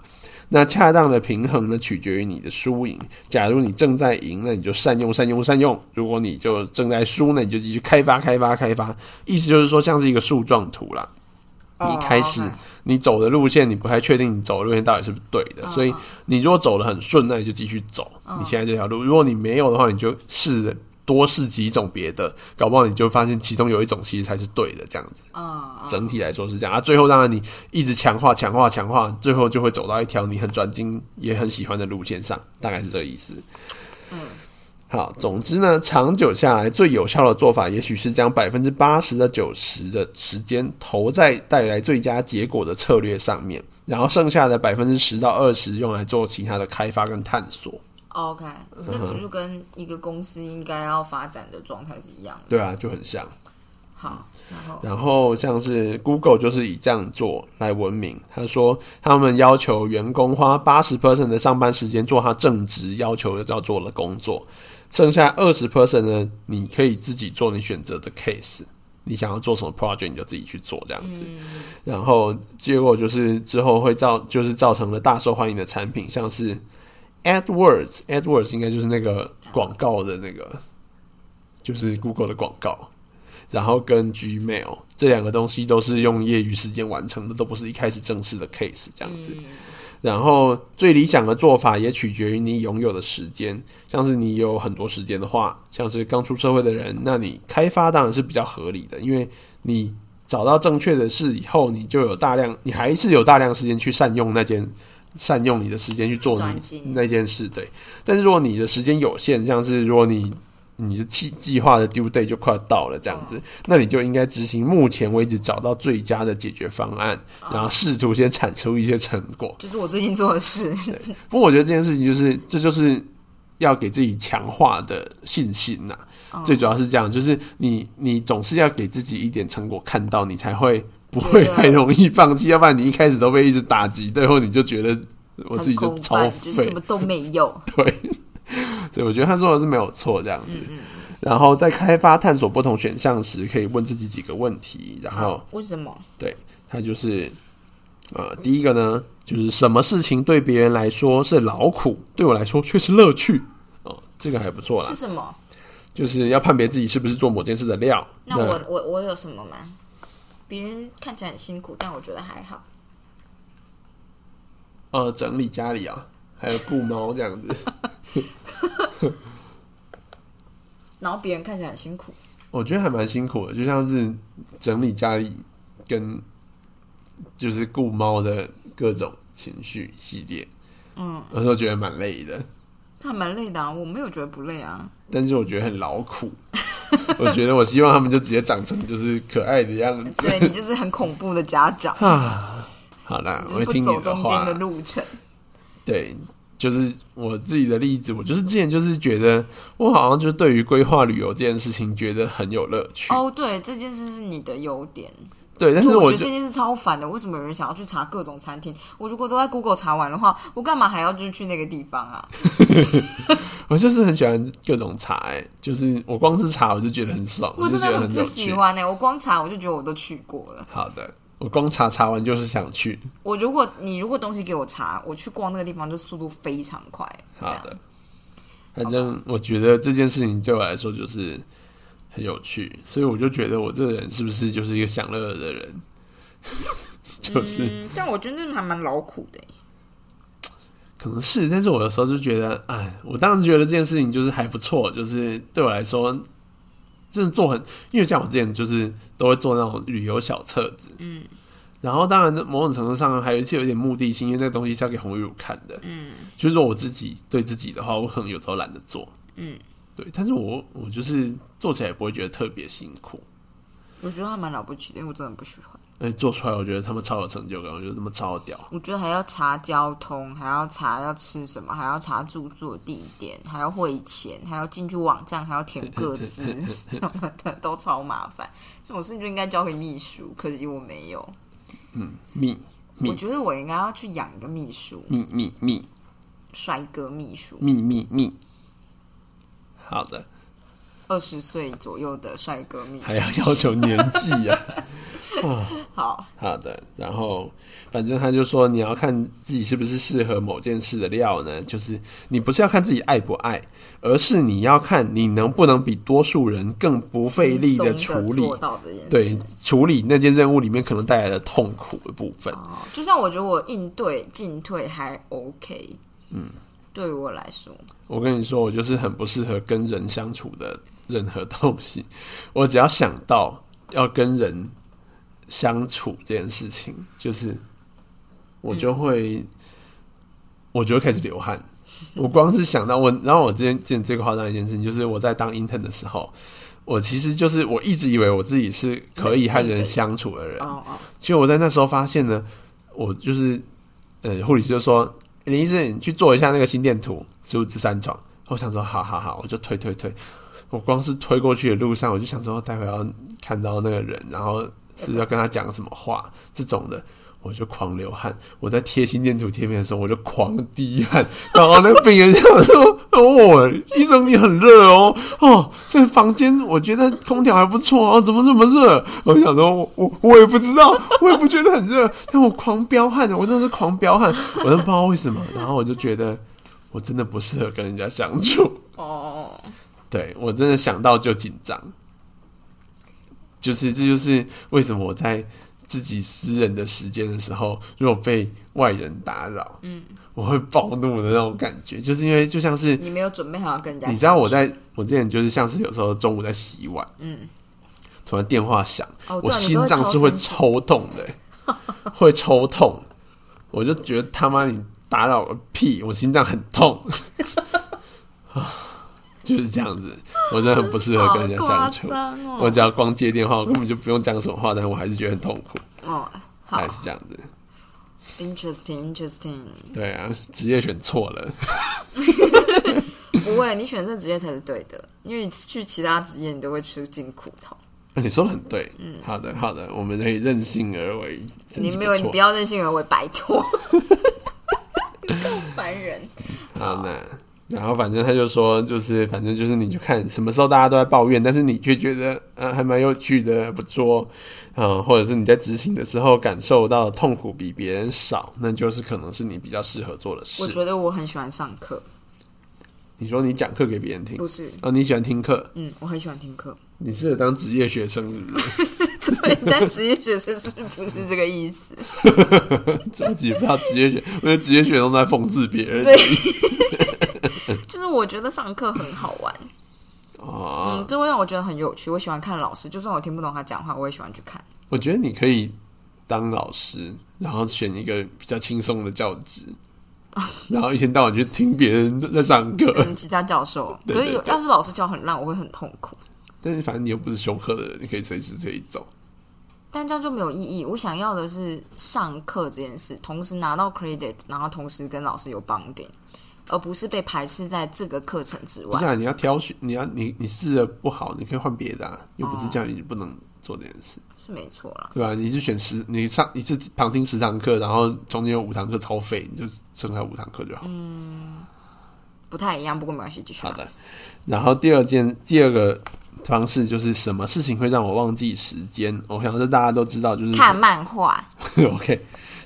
[SPEAKER 2] 那恰当的平衡呢，取决于你的输赢。假如你正在赢，那你就善用、善用、善用；如果你就正在输，那你就继续开发、开发、开发。意思就是说，像是一个树状图啦。你一开始
[SPEAKER 1] 哦，OK
[SPEAKER 2] 你走的路线，你不太确定你走的路线到底是不是对
[SPEAKER 1] 哦
[SPEAKER 2] 的，所以你如果走的很顺，那你就继续走你现在这条路；如果你没有的话，你就试着多试几种别的，搞不好你就发现其中有一种其实才是对的，这样子。
[SPEAKER 1] 嗯，嗯
[SPEAKER 2] 整体来说是这样啊。最后当然你一直强化、强化、强化，最后就会走到一条你很专精也很喜欢的路线上，大概是这个意思。
[SPEAKER 1] 哦
[SPEAKER 2] 好，总之呢，长久下来最有效的做法，也许是将百分之八十到九十的时间投在带来最佳结果的策略上面，然后剩下的百分之十到二十用来做其他的开发跟探索。
[SPEAKER 1] ，OK，那
[SPEAKER 2] 嗯
[SPEAKER 1] 不就跟一个公司应该要发展的状态是一样的？
[SPEAKER 2] 对啊，就很像。
[SPEAKER 1] 好，然后
[SPEAKER 2] 然后像是 Google 就是以这样做来闻名。他说，他们要求员工花八十 percent 的上班时间做他正职要求要做的工作，剩下二十 percent 呢，你可以自己做你选择的 case。你想要做什么 project，你就自己去做这样子。然后结果就是之后会造，就是造成了大受欢迎的产品，像是 AdWords，AdWords 应该就是那个广告的那个，就是 Google 的广告。然后跟 Gmail 这两个东西都是用业余时间完成的，都不是一开始正式的 case 这样子。
[SPEAKER 1] 嗯
[SPEAKER 2] 然后最理想的做法也取决于你拥有的时间，像是你有很多时间的话，像是刚出社会的人，那你开发当然是比较合理的，因为你找到正确的事以后，你就有大量，你还是有大量时间去善用那件。善用你的时间去做
[SPEAKER 1] 专
[SPEAKER 2] 你
[SPEAKER 1] 心
[SPEAKER 2] 那件事，对。但是如果你的时间有限，像是如果你你的计计划的 due day 就快到了，这样子，那你就应该执行目前为止找到最佳的解决方案，然后试图先产出一些成果。
[SPEAKER 1] 就是我最近做的 事，
[SPEAKER 2] 不过我觉得这件事情就是，这就是要给自己强化的信心呐、
[SPEAKER 1] 哦
[SPEAKER 2] 最主要是这样，就是你你总是要给自己一点成果看到，你才会不会
[SPEAKER 1] 对啊
[SPEAKER 2] 太容易放弃，要不然你一开始都被一直打击，最后你就觉得我
[SPEAKER 1] 很
[SPEAKER 2] 自己就
[SPEAKER 1] 空
[SPEAKER 2] 超
[SPEAKER 1] 泛，就
[SPEAKER 2] 废，
[SPEAKER 1] 是什么都没 有。
[SPEAKER 2] 对，所以我觉得他说的是没有错，这样子。
[SPEAKER 1] 嗯
[SPEAKER 2] 然后在开发探索不同选项时，可以问自己几个问题。然后
[SPEAKER 1] 为什么？
[SPEAKER 2] 他就是，呃，第一个呢，就是什么事情对别人来说是劳苦，对我来说却是乐趣。哦，这个还不错啦
[SPEAKER 1] 是，什么？
[SPEAKER 2] 就是要判别自己是不是做某件事的料。
[SPEAKER 1] 那我我我有什么吗？别人看起来很辛苦，但我觉得还好。
[SPEAKER 2] 呃，整理家里啊，还有顾猫这样子。
[SPEAKER 1] 然后别人看起来很辛苦，
[SPEAKER 2] 我觉得还蛮辛苦的，就像是整理家里跟就是顾猫的各种情绪系列，嗯，有时候觉得蛮累的，
[SPEAKER 1] 这还蛮累的啊。我没有觉得不累 啊。
[SPEAKER 2] 但是我觉得很劳苦。我觉得我希望他们就直接长成就是可爱的样子。
[SPEAKER 1] 对你就是很恐怖的家长，
[SPEAKER 2] 啊好啦，我
[SPEAKER 1] 嗯就
[SPEAKER 2] 会
[SPEAKER 1] 是
[SPEAKER 2] 听
[SPEAKER 1] 不走中
[SPEAKER 2] 你的话
[SPEAKER 1] 间。的路程。
[SPEAKER 2] 对，就是我自己的例子，我就是之前就是觉得我好像就是对于规划旅游这件事情觉得很有乐趣。
[SPEAKER 1] 哦，对，这件事是你的优点。
[SPEAKER 2] 对，但
[SPEAKER 1] 可
[SPEAKER 2] 是
[SPEAKER 1] 我
[SPEAKER 2] 我
[SPEAKER 1] 觉得
[SPEAKER 2] 就
[SPEAKER 1] 这件事超烦的，为什么有人想要去查各种餐厅？我如果都在 Google 查完的话，我干嘛还要就是去那个地方啊？
[SPEAKER 2] 我就是很喜欢各种茶、欸，就是我光是茶我就觉得很爽，
[SPEAKER 1] 我
[SPEAKER 2] 就
[SPEAKER 1] 真
[SPEAKER 2] 觉得
[SPEAKER 1] 的
[SPEAKER 2] 很
[SPEAKER 1] 不
[SPEAKER 2] 有
[SPEAKER 1] 喜
[SPEAKER 2] 趣。
[SPEAKER 1] 欢欸呢、我光查我就觉得我都去过了。
[SPEAKER 2] 好的，我光查查完就是想去。
[SPEAKER 1] 我如果你如果东西给我查，我去逛那个地方就速度非常快。
[SPEAKER 2] 好
[SPEAKER 1] 这样，
[SPEAKER 2] 的，反正我觉得这件事情对我来说就是很有趣，所以我就觉得我这个人是不是就是一个享乐的人？ 就是、
[SPEAKER 1] 嗯，但我觉得那还蛮劳苦的、欸
[SPEAKER 2] 可能是，但是我有时候就觉得，哎，我当时觉得这件事情就是还不错，就是对我来说，真的做很，因为像我之前就是都会做那种旅游小册子，嗯，然后当然某种程度上还有一些有点目的性，因为那个东西是要给红玉乳看的，嗯，就是说我自己对自己的话，我可能有时候懒得做，
[SPEAKER 1] 嗯，
[SPEAKER 2] 对，但是我我就是做起来也不会觉得特别辛苦，
[SPEAKER 1] 我觉得还蛮了不起的，因为我真的不喜欢。
[SPEAKER 2] 哎，做出来我觉得他们超有成就感，我觉得他们超有屌。
[SPEAKER 1] 我觉得还要查交通，还要查要吃什么，还要查住宿地点，还要汇钱，还要进去网站，还要填各自 什么的，都超麻烦。这种事情就应该交给秘书，可惜我没有。
[SPEAKER 2] 嗯，秘
[SPEAKER 1] 我
[SPEAKER 2] 秘
[SPEAKER 1] 觉得我应该要去养一个秘书，
[SPEAKER 2] 秘秘秘
[SPEAKER 1] 帅哥秘书，
[SPEAKER 2] 秘秘秘。好的，
[SPEAKER 1] 二十岁左右的帅哥秘
[SPEAKER 2] 还
[SPEAKER 1] 书。
[SPEAKER 2] 要要求年纪 呀、
[SPEAKER 1] 好，
[SPEAKER 2] 好的，然后反正他就说你要看自己是不是适合某件事的料呢，就是你不是要看自己爱不爱，而是你要看你能不能比多数人更不费力地
[SPEAKER 1] 的
[SPEAKER 2] 处理
[SPEAKER 1] 做，到这件事。
[SPEAKER 2] 对，处理那件任务里面可能带来的痛苦的部分。
[SPEAKER 1] 哦，就像我觉得我应对进退还 OK，嗯，对于我来说，
[SPEAKER 2] 我跟你说，我就是很不适合跟人相处的任何东西，我只要想到要跟人相处这件事情，就是我就会，我就会开始流汗。我光是想到我，然后我之前之前最夸张的一件事情，就是我在当 intern 的时候，我其实就是我一直以为我自己是可以和人相处的人，
[SPEAKER 1] 哦哦，
[SPEAKER 2] 其实我在那时候发现呢，我就是，呃，护理师就说：“林医生，你去做一下那个心电图，十五至三床。”我想说：“好好好，我就推推推。”我光是推过去的路上，我就想说，待会要看到那个人，然后是要跟他讲什么话这种的，我就狂流汗。我在贴心电图贴片的时候，我就狂滴汗，然后那个病人就说：“哦，医生你很热哦，哦，这个房间我觉得空调还不错哦，怎么这么热？”我想说，我我我也不知道，我也不觉得很热，但我狂飙汗，我那是狂飙汗，我都不知道为什么。然后我就觉得，我真的不适合跟人家相处。
[SPEAKER 1] 哦，
[SPEAKER 2] 对我真的想到就紧张，就是这就是为什么我在自己私人的时间的时候，如果被外人打扰，嗯，我会暴怒的那种感觉，就是因为就像是
[SPEAKER 1] 你没有准备好要跟人家，
[SPEAKER 2] 你知道我，在我之前就是像是有时候中午在洗碗，嗯，突然电话响，
[SPEAKER 1] 哦对
[SPEAKER 2] 我
[SPEAKER 1] 你都
[SPEAKER 2] 心
[SPEAKER 1] 会
[SPEAKER 2] 脏
[SPEAKER 1] 超
[SPEAKER 2] 是会
[SPEAKER 1] 生气
[SPEAKER 2] 抽痛的欸、会抽痛，我就觉得他妈你打扰我屁，我心脏很痛， 就是这样子，我真的很不适合跟人家相
[SPEAKER 1] 好夸
[SPEAKER 2] 处
[SPEAKER 1] 张哦。
[SPEAKER 2] 我只要光接电话，我根本就不用讲什么话，但我还是觉得很痛苦，
[SPEAKER 1] 哦，好
[SPEAKER 2] 大概是这样子。
[SPEAKER 1] ，interesting，interesting，
[SPEAKER 2] 对啊，职业选错了，
[SPEAKER 1] 不会，你选这职业才是对的，因为你去其他职业你都会吃尽苦头，
[SPEAKER 2] 你说的很对。好的，好的，我们可以任性而为，真
[SPEAKER 1] 嗯
[SPEAKER 2] 是
[SPEAKER 1] 你没有，
[SPEAKER 2] 错
[SPEAKER 1] 你不要任性而为，拜 托，够烦人。啊
[SPEAKER 2] 好那嗯然后反正他就说，就是反正就是你去看什么时候大家都在抱怨，但是你却觉得呃还蛮有趣的，不错，嗯，或者是你在执行的时候感受到的痛苦比别人少，那就是可能是你比较适合做的
[SPEAKER 1] 我
[SPEAKER 2] 事。
[SPEAKER 1] 觉得我很喜欢上课，
[SPEAKER 2] 你说你讲课给别人听
[SPEAKER 1] 不，是，
[SPEAKER 2] 哦，你喜欢听课，
[SPEAKER 1] 嗯，我很喜欢听课。
[SPEAKER 2] 你适合当职业学生是不是？
[SPEAKER 1] 对，但职业学生是不是这个意思？
[SPEAKER 2] 这集不要职 业学，我觉得职业学生都在讽刺别人。
[SPEAKER 1] 对，就是我觉得上课很好玩，
[SPEAKER 2] 哦，
[SPEAKER 1] 嗯，这会让我觉得很有趣。我喜欢看老师，就算我听不懂他讲话，我也喜欢去看。
[SPEAKER 2] 我觉得你可以当老师，然后选一个比较轻松的教职，然后一天到晚去听别人在上课。
[SPEAKER 1] 嗯，其他教授，
[SPEAKER 2] 对
[SPEAKER 1] 可是
[SPEAKER 2] 对
[SPEAKER 1] 有
[SPEAKER 2] 对
[SPEAKER 1] 要是老师教很烂，我会很痛苦。
[SPEAKER 2] 但是反正你又不是休课的人，你可以随时可以走。
[SPEAKER 1] 但这样就没有意义。我想要的是上课这件事，同时拿到 credit，然后同时跟老师有 bonding，而不是被排斥在这个课程之
[SPEAKER 2] 不
[SPEAKER 1] 外
[SPEAKER 2] 是。啊，你要挑选，你要你你试的不好，你可以换别的啊，又不是叫你不能做这件事，
[SPEAKER 1] 是没错啦，
[SPEAKER 2] 对吧？你是选十，你上一次旁听十堂课，然后中间有五堂课超废，你就剩下五堂课就好。
[SPEAKER 1] 不太一样，不过没关系，继续
[SPEAKER 2] 好
[SPEAKER 1] 吧。
[SPEAKER 2] 的，然后第二件第二个方式就是什么事情会让我忘记时间？我想这大家都知道，就是
[SPEAKER 1] 看漫画，
[SPEAKER 2] OK，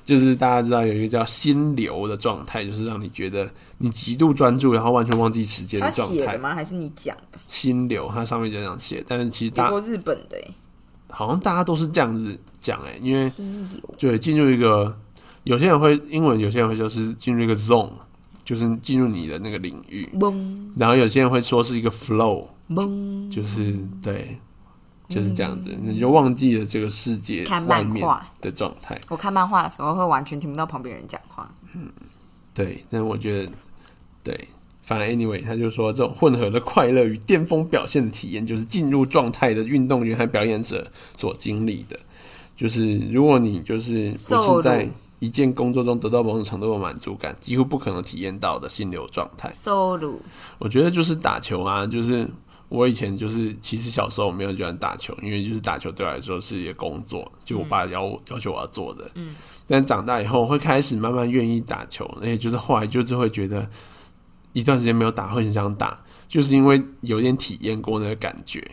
[SPEAKER 2] 就是大家知道有一个叫心流的状态，就是让你觉得你极度专注，然后完全忘记时间
[SPEAKER 1] 他
[SPEAKER 2] 的状
[SPEAKER 1] 写的
[SPEAKER 2] 态。
[SPEAKER 1] 吗？还是你讲的？
[SPEAKER 2] 心流，它上面就这样写，但是其实
[SPEAKER 1] 读
[SPEAKER 2] 大
[SPEAKER 1] 过日本的、
[SPEAKER 2] 好像大家都是这样子讲哎、因
[SPEAKER 1] 欸，
[SPEAKER 2] 为
[SPEAKER 1] 心流。
[SPEAKER 2] 对进入一个有些人会英文，有些人会就是进入一个 zone，就是进入你的那个领域，
[SPEAKER 1] 嗡
[SPEAKER 2] 然后有些人会说是一个 flow，
[SPEAKER 1] 嗡，
[SPEAKER 2] 就是对，就是这样子，你就忘记了这个世界
[SPEAKER 1] 嗯看
[SPEAKER 2] 外
[SPEAKER 1] 漫
[SPEAKER 2] 面
[SPEAKER 1] 画
[SPEAKER 2] 的状态。
[SPEAKER 1] 我看漫画的时候会完全听不到旁边人讲话。
[SPEAKER 2] 对，但我觉得，对，反正 anyway，他就说这种混合的快乐与巅峰表现的体验，就是进入状态的运动员和表演者所经历的。就是如果你就是不
[SPEAKER 1] 受辱
[SPEAKER 2] 是在一件工作中得到某种程度的满足感，几乎不可能体验到的心流状态。
[SPEAKER 1] 收入
[SPEAKER 2] 我觉得就是打球啊，就是我以前就是其实小时候我没有喜欢打球，因为就是打球对我来说是一个工作，就
[SPEAKER 1] 嗯
[SPEAKER 2] 我爸要我、要求我要做的。嗯，但长大以后会开始慢慢愿意打球，而且就是后来就是会觉得一段时间没有打会很想打，就是因为有点体验过那个感觉。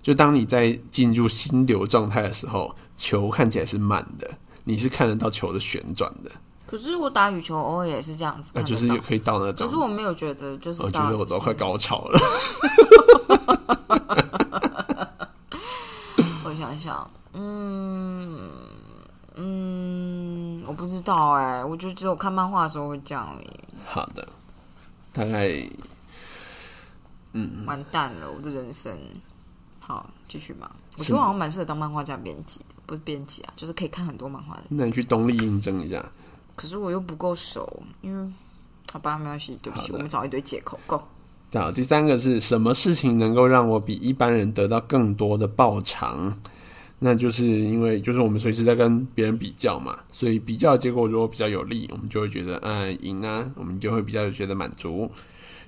[SPEAKER 2] 就当你在进入心流状态的时候，球看起来是慢的，你是看得到球的旋转的，
[SPEAKER 1] 可是我打羽球偶尔也是这样子
[SPEAKER 2] 那
[SPEAKER 1] 看得
[SPEAKER 2] 就
[SPEAKER 1] 到，
[SPEAKER 2] 是可以到那
[SPEAKER 1] 可
[SPEAKER 2] 种
[SPEAKER 1] 是。我没有觉得就是
[SPEAKER 2] 我
[SPEAKER 1] 到
[SPEAKER 2] 觉得我都快高潮了。
[SPEAKER 1] 我想想，嗯嗯，我不知道哎、我就只有看漫画的时候会这样而已。
[SPEAKER 2] 好的，大概嗯
[SPEAKER 1] 完蛋了，我的人生。好，继续吧。我觉得我好像蛮适合当漫画家编辑的，不是编辑啊，就是可以看很多漫画的。
[SPEAKER 2] 那你去东丽应征一下。
[SPEAKER 1] 可是我又不够熟，因为好吧，没关系，对不起，
[SPEAKER 2] 好的
[SPEAKER 1] 我们找一堆借口。够，
[SPEAKER 2] 好，第三个是什么事情能够让我比一般人得到更多的报偿？那就是因为就是我们随时在跟别人比较嘛，所以比较的结果如果比较有利，我们就会觉得嗯赢啊，我们就会比较觉得满足。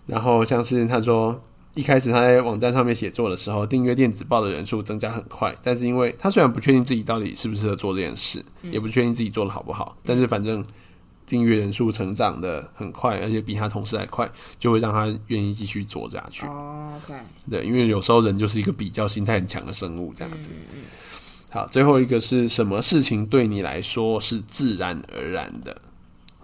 [SPEAKER 2] 然后像是他说。一开始他在网站上面写作的时候，订阅电子报的人数增加很快，但是因为他虽然不确定自己到底适不适合做这件事，也不确定自己做的好不好，但是反正订阅人数成长的很快，而且比他同事还快，就会让他愿意继续做下去。
[SPEAKER 1] 哦，对，
[SPEAKER 2] 对，因为有时候人就是一个比较心态很强的生物，这样
[SPEAKER 1] 嗯
[SPEAKER 2] 子。好，最后一个是什么事情对你来说是自然而然的？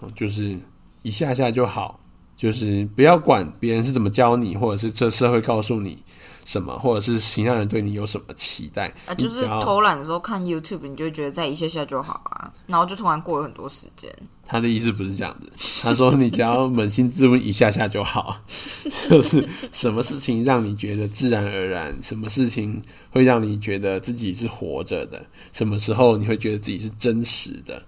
[SPEAKER 2] 哦就是一下下就好，就是不要管别人是怎么教你，或者是这社会告诉你什么，或者是其他人对你有什么期待，
[SPEAKER 1] 啊，
[SPEAKER 2] 你
[SPEAKER 1] 就
[SPEAKER 2] 只
[SPEAKER 1] 是
[SPEAKER 2] 要
[SPEAKER 1] 偷懒的时候看 YouTube，你就会觉得在一下下就好啊，然后就突然过了很多时间。
[SPEAKER 2] 他的意思不是这样子，他说你只要扪心自问一下下就好， 就是什么事情让你觉得自然而然，什么事情会让你觉得自己是活着的，什么时候你会觉得自己是真实的，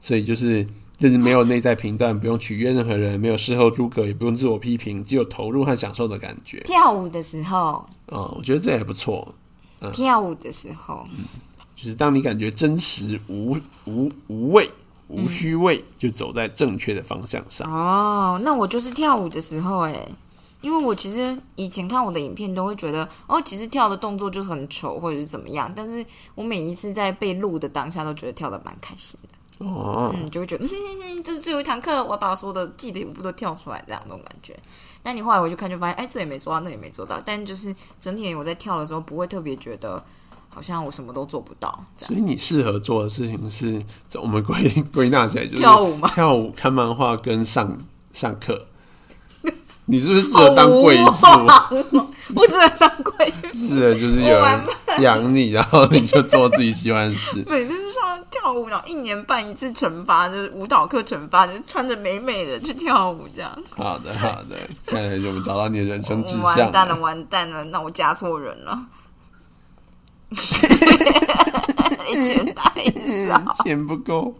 [SPEAKER 2] 所以就是就是没有内在评断，不用取悦任何人，没有事后诸葛，也不用自我批评，只有投入和享受的感觉。
[SPEAKER 1] 跳舞的时候，
[SPEAKER 2] 哦，我觉得这也不错，嗯
[SPEAKER 1] 跳舞的时候，
[SPEAKER 2] 就是当你感觉真实无无无畏无虚伪，就走在正确的方向上。
[SPEAKER 1] 哦，那我就是跳舞的时候哎、因为我其实以前看我的影片都会觉得，哦，其实跳的动作就是很丑或者是怎么样，但是我每一次在被录的当下都觉得跳的蛮开心的，
[SPEAKER 2] 哦，
[SPEAKER 1] 嗯，就会觉得，嗯嗯嗯， 这是最后一堂课，我要把我所有的记得舞步都跳出来，这样那种感觉。那你后来回去看就发现，哎，这也没做到，那也没做到，但就是整体我在跳的时候不会特别觉得好像我什么都做不到这样。
[SPEAKER 2] 所以你适合做的事情是，这我们归 归纳起来就是
[SPEAKER 1] 跳舞吗
[SPEAKER 2] 跳舞、看漫画跟上上 课。你是不是适合当贵妇？
[SPEAKER 1] 好无聊，啊哦 不适合当贵妇。。
[SPEAKER 2] 是的，就是有人养你，然后你就做自己喜欢的 事
[SPEAKER 1] 每次上跳舞，然后一年办一次惩罚，就是舞蹈课惩罚，就是穿着美美的去跳舞这样。
[SPEAKER 2] 好的，好的，看来就我们找到你的人生志
[SPEAKER 1] 完
[SPEAKER 2] 向
[SPEAKER 1] 蛋了，
[SPEAKER 2] 了。
[SPEAKER 1] 完蛋了，那我嫁错人 了。一拳打一下，
[SPEAKER 2] 钱不够，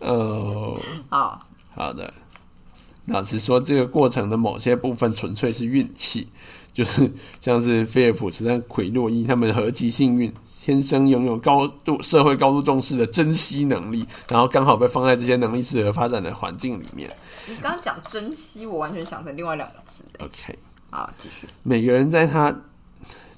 [SPEAKER 2] 哦、
[SPEAKER 1] 好，
[SPEAKER 2] 好的，老实说，这个过程的某些部分纯粹是运气， 就是像是菲尔普斯和奎洛伊他们何其幸运，天生拥有高度社会高度重视的珍惜能力，然后刚好被放在这些能力适合发展的环境里面。
[SPEAKER 1] 你刚刚讲珍惜，我完全想成另外两个字。
[SPEAKER 2] OK，
[SPEAKER 1] 好，继续。
[SPEAKER 2] 每个人在他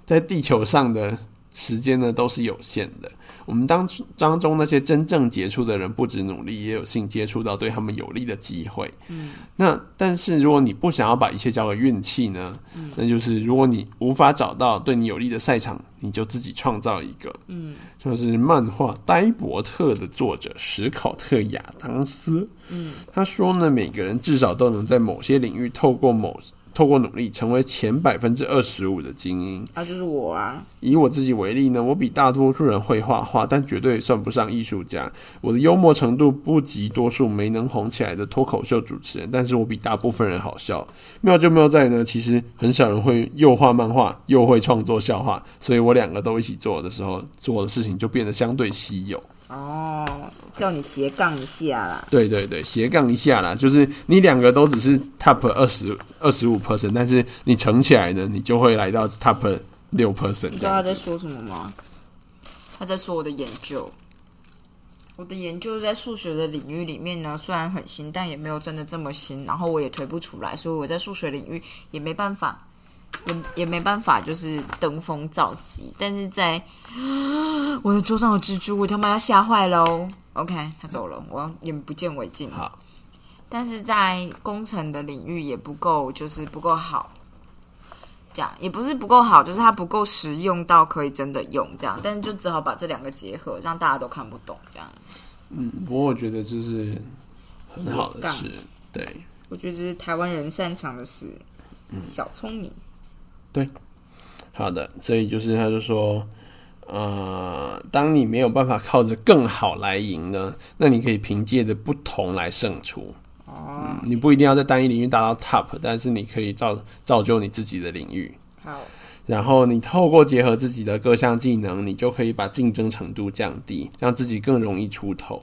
[SPEAKER 2] 在地球上的时间呢都是有限的。我们当当中那些真正杰出的人，不止努力，也有幸接触到对他们有利的机会。嗯，那但是如果你不想要把一切交给运气呢，那就是如果你无法找到对你有利的赛场，你就自己创造一个。嗯，像是漫画《呆伯特》的作者史考特·亚当斯。嗯，他说呢，每个人至少都能在某些领域透过某透过努力成为前百分之二十五的精英。
[SPEAKER 1] 啊，就是我啊，
[SPEAKER 2] 以我自己为例呢，我比大多数人会画画，但绝对算不上艺术家。我的幽默程度不及多数没能红起来的脱口秀主持人，但是我比大部分人好笑。妙就妙在呢，其实很少人会又画漫画又会创作笑话，所以我两个都一起做的时候，做的事情就变得相对稀有。
[SPEAKER 1] 哦，叫你斜杠一下啦。
[SPEAKER 2] 对对对，斜杠一下啦，就是你两个都只是 top 二十二十五 percent，但是你乘起来呢，你就会来到 top 六 percent
[SPEAKER 1] 你知
[SPEAKER 2] 这
[SPEAKER 1] 道他
[SPEAKER 2] 样
[SPEAKER 1] 在
[SPEAKER 2] 子。
[SPEAKER 1] 说什么吗？他在说我的研究。我的研究在数学的领域里面呢，虽然很新，但也没有真的这么新，然后我也推不出来，所以我在数学领域也没办法，也也没办法就是登峰造极。但是在 我的桌上有蜘蛛，我他妈要吓坏喽！OK，他走了，我要眼不见为净。
[SPEAKER 2] 好，
[SPEAKER 1] 但是在工程的领域也不够，就是不够好。这样也不是不够好，就是它不够实用到可以真的用这样，但是就只好把这两个结合，让大家都看不懂这样。
[SPEAKER 2] 嗯，不过我觉得就是很好的事，对
[SPEAKER 1] 我觉得这是台湾人擅长的事，小聪明。
[SPEAKER 2] 对，好的，所以就是他就说，呃，当你没有办法靠着更好来赢呢，那你可以凭借着不同来胜出。
[SPEAKER 1] 哦，
[SPEAKER 2] 你不一定要在单一领域达到 top，但是你可以造造就你自己的领域。
[SPEAKER 1] 好，
[SPEAKER 2] 然后你透过结合自己的各项技能，你就可以把竞争程度降低，让自己更容易出头。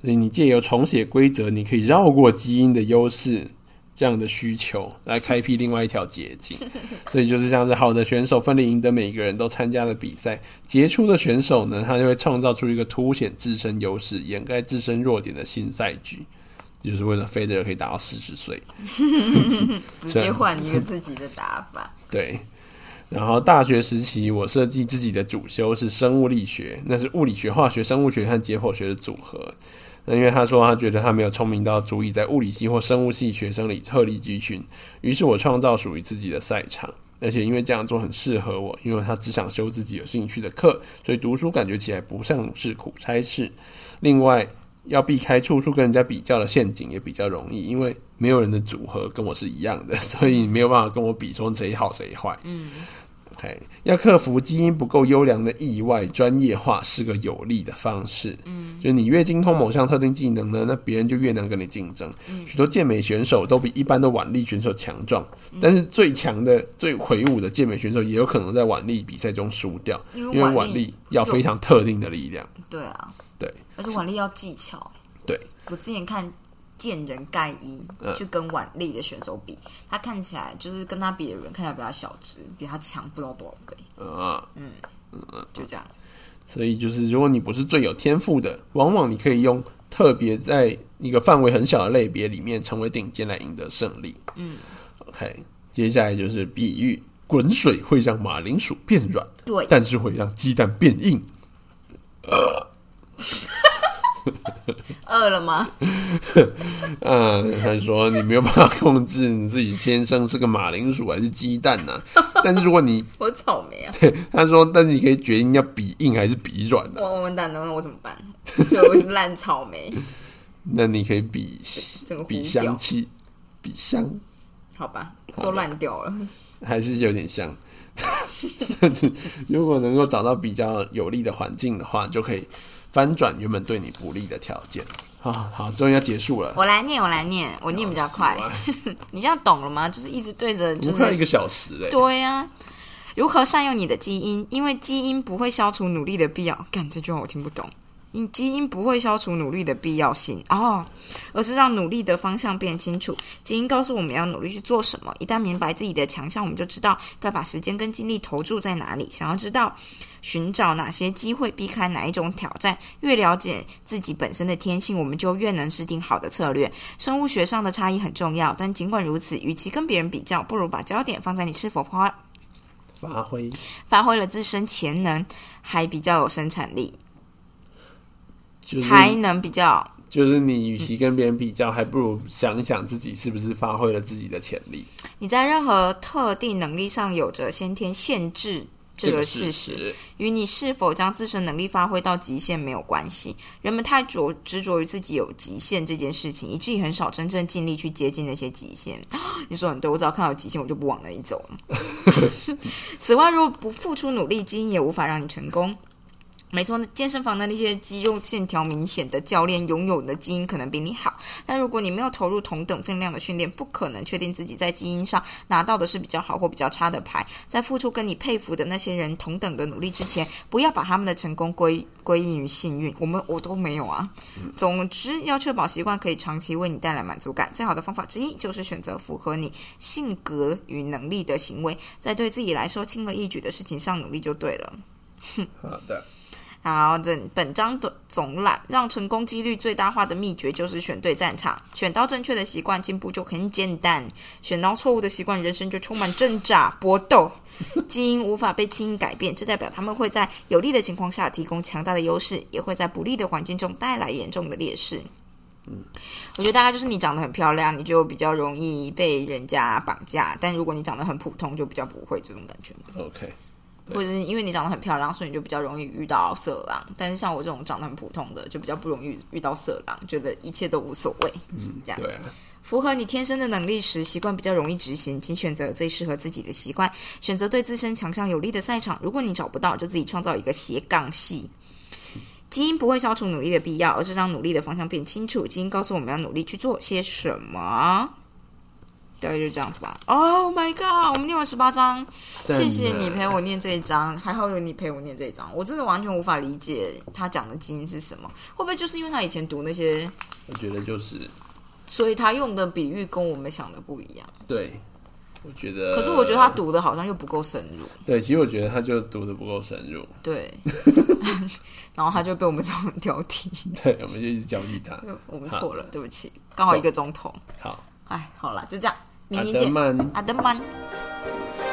[SPEAKER 2] 所以你借由重写规则，你可以绕过基因的优势这样的需求，来开辟另外一条捷径。所以就是像是好的选手奋力赢得每个人都参加的比赛，杰出的选手呢，他就会创造出一个凸显自身优势、掩盖自身弱点的新赛局。也就是为了费德勒可以达到四十岁，
[SPEAKER 1] 直接换一个自己的打法。
[SPEAKER 2] 对。然后大学时期，我设计自己的主修是生物力学，那是物理学、化学、生物学和解剖学的组合。那因为他说他觉得他没有聪明到足以在物理系或生物系学生里鹤立鸡群，于是我创造属于自己的赛场。而且因为这样做很适合我，因为他只想修自己有兴趣的课，所以读书感觉起来不像是苦差事。另外，要避开处处跟人家比较的陷阱也比较容易，因为没有人的组合跟我是一样的， 所以没有办法跟我比说谁好谁坏。
[SPEAKER 1] 嗯，
[SPEAKER 2] OK，要克服基因不够优良的意外，专业化是个有利的方式。嗯，就是你越精通某项特定技能呢，那别人就越能跟你竞争。许多健美选手都比一般的腕力选手强壮，但是最强的、最魁梧的健美选手也有可能在腕力比赛中输掉，
[SPEAKER 1] 因
[SPEAKER 2] 嗯因
[SPEAKER 1] 为
[SPEAKER 2] 为腕
[SPEAKER 1] 力
[SPEAKER 2] 力要非常特定的力量。
[SPEAKER 1] 对啊，
[SPEAKER 2] 对
[SPEAKER 1] 而且腕力要技巧。
[SPEAKER 2] 对，
[SPEAKER 1] 我之前看见人盖伊
[SPEAKER 2] 嗯
[SPEAKER 1] 去跟腕力的选手比，他看起来就是跟他比的人看起来比他小只，比他强不知道多少倍，
[SPEAKER 2] 呃，
[SPEAKER 1] 就这样。
[SPEAKER 2] 所以就是，如果你不是最有天赋的，往往你可以用特别在一个范围很小的类别里面成为顶尖来赢得胜利。嗯，OK，接下来就是比喻，滚水会让马铃薯变软，
[SPEAKER 1] 对，
[SPEAKER 2] 但是会让鸡蛋变硬。
[SPEAKER 1] 饿了吗？
[SPEAKER 2] 呃，他说你没有办法控制你自己天生是个马铃薯还是鸡蛋呢、但是如果你
[SPEAKER 1] 我草莓啊！
[SPEAKER 2] 他说，但是你可以决定要比硬还是比软呢、
[SPEAKER 1] 我我完蛋了，那我怎 么办？所以我是烂草莓，
[SPEAKER 2] 那你可以比
[SPEAKER 1] 整个糊
[SPEAKER 2] 比
[SPEAKER 1] 掉
[SPEAKER 2] 香气，比香。
[SPEAKER 1] 好吧，
[SPEAKER 2] 好的
[SPEAKER 1] 都烂掉了。
[SPEAKER 2] 还是有点像。 但是如果能够找到比较有利的环境的话，就可以翻转原本对你不利的条件。啊，好，终于要结束了，
[SPEAKER 1] 我来念，我来念，我哦念比较快。 你这样懂了吗？就是一直对着，
[SPEAKER 2] 不
[SPEAKER 1] 就
[SPEAKER 2] 快一
[SPEAKER 1] 是
[SPEAKER 2] 个小时嘞、
[SPEAKER 1] 对呀、如何善用你的基因？因为基因不会消除努力的必要。干这句话我听不懂。你基因不会消除努力的必要性哦，而是让努力的方向变清楚。基因告诉我们要努力去做什么。一旦明白自己的强项，我们就知道该把时间跟精力投注在哪里。想要知道寻找哪些机会，避开哪一种挑战，越了解自己本身的天性，我们就越能制定好的策略。生物学上的差异很重要，但尽管如此，与其跟别人比较，不如把焦点放在你是否发
[SPEAKER 2] 发挥
[SPEAKER 1] 发挥了自身潜能，还比较有生产力，
[SPEAKER 2] 就是
[SPEAKER 1] 还能比较
[SPEAKER 2] 就是你，与其跟别人比较，还不如想一想自己是不是发挥了自己的潜力。
[SPEAKER 1] 你在任何特定能力上有着先天限制。这个事
[SPEAKER 2] 事
[SPEAKER 1] 实
[SPEAKER 2] 实，
[SPEAKER 1] 与你是否将自身能力发挥到极限没有关系。人们太着执着于自己有极限这件事情，以至于很少真正尽力去接近那些极限。 你说很对，我只要看到有极限，我就不往那里走了。 此外，如果不付出努力，基因也无法让你成功。没错，健身房的那些肌肉线条明显的教练拥有的基因可能比你好，但如果你没有投入同等分量的训练，不可能确定自己在基因上拿到的是比较好或比较差的牌。在付出跟你佩服的那些人同等的努力之前，不要把他们的成功归归因于幸运。我们我都没有啊。总之，要确保习惯可以长期为你带来满足感，最好的方法之一就是选择符合你性格与能力的行为，在对自己来说轻而易举的事情上努力就对了。
[SPEAKER 2] 好的，
[SPEAKER 1] 然后这本章的总览，让成功几率最大化的秘诀就是选对战场，选到正确的习惯，进步就很简单；选到错误的习惯，人生就充满挣扎、搏斗。基因无法被基因改变，这代表他们会在有利的情况下提供强大的优势，也会在不利的环境中带来严重的劣势。我觉得大概就是你长得很漂亮，你就比较容易被人家绑架；但如果你长得很普通，就比较不会这种感觉嘛。
[SPEAKER 2] OK，对
[SPEAKER 1] 或者是因为你长得很漂亮，所以你就比较容易遇到色狼。但是像我这种长得很普通的，就比较不容易遇到色狼，觉得一切都无所谓。嗯，这样
[SPEAKER 2] 对啊，
[SPEAKER 1] 符合你天生的能力时，习惯比较容易执行，请选择最适合自己的习惯，选择对自身强项有利的赛场。如果你找不到，就自己创造一个斜杠系。基因不会消除努力的必要，而是让努力的方向变清楚。基因告诉我们要努力去做些什么。大概就这样子吧。Oh my god！我们念完十八章，
[SPEAKER 2] 赞啊
[SPEAKER 1] 谢谢你
[SPEAKER 2] 呢
[SPEAKER 1] 陪我念这一章，还好有你陪我念这一章。我真的完全无法理解他讲的基因是什么，会不会就是因为他以前读那些，
[SPEAKER 2] 我觉得就是
[SPEAKER 1] 所以他用的比喻跟我们想的不一样。
[SPEAKER 2] 对，我觉得。
[SPEAKER 1] 可是我觉得他读的好像又不够深入，
[SPEAKER 2] 对，其实我觉得他就读的不够深入，
[SPEAKER 1] 对， 然后他就被我们这种挑剔，
[SPEAKER 2] 对，我们就一直教育他。
[SPEAKER 1] 我们错了，对不起，刚好一个钟头，
[SPEAKER 2] 好，
[SPEAKER 1] 哎，好了，就这样，明
[SPEAKER 2] 阿
[SPEAKER 1] 天
[SPEAKER 2] 德
[SPEAKER 1] 见，
[SPEAKER 2] 曼。
[SPEAKER 1] 阿德曼。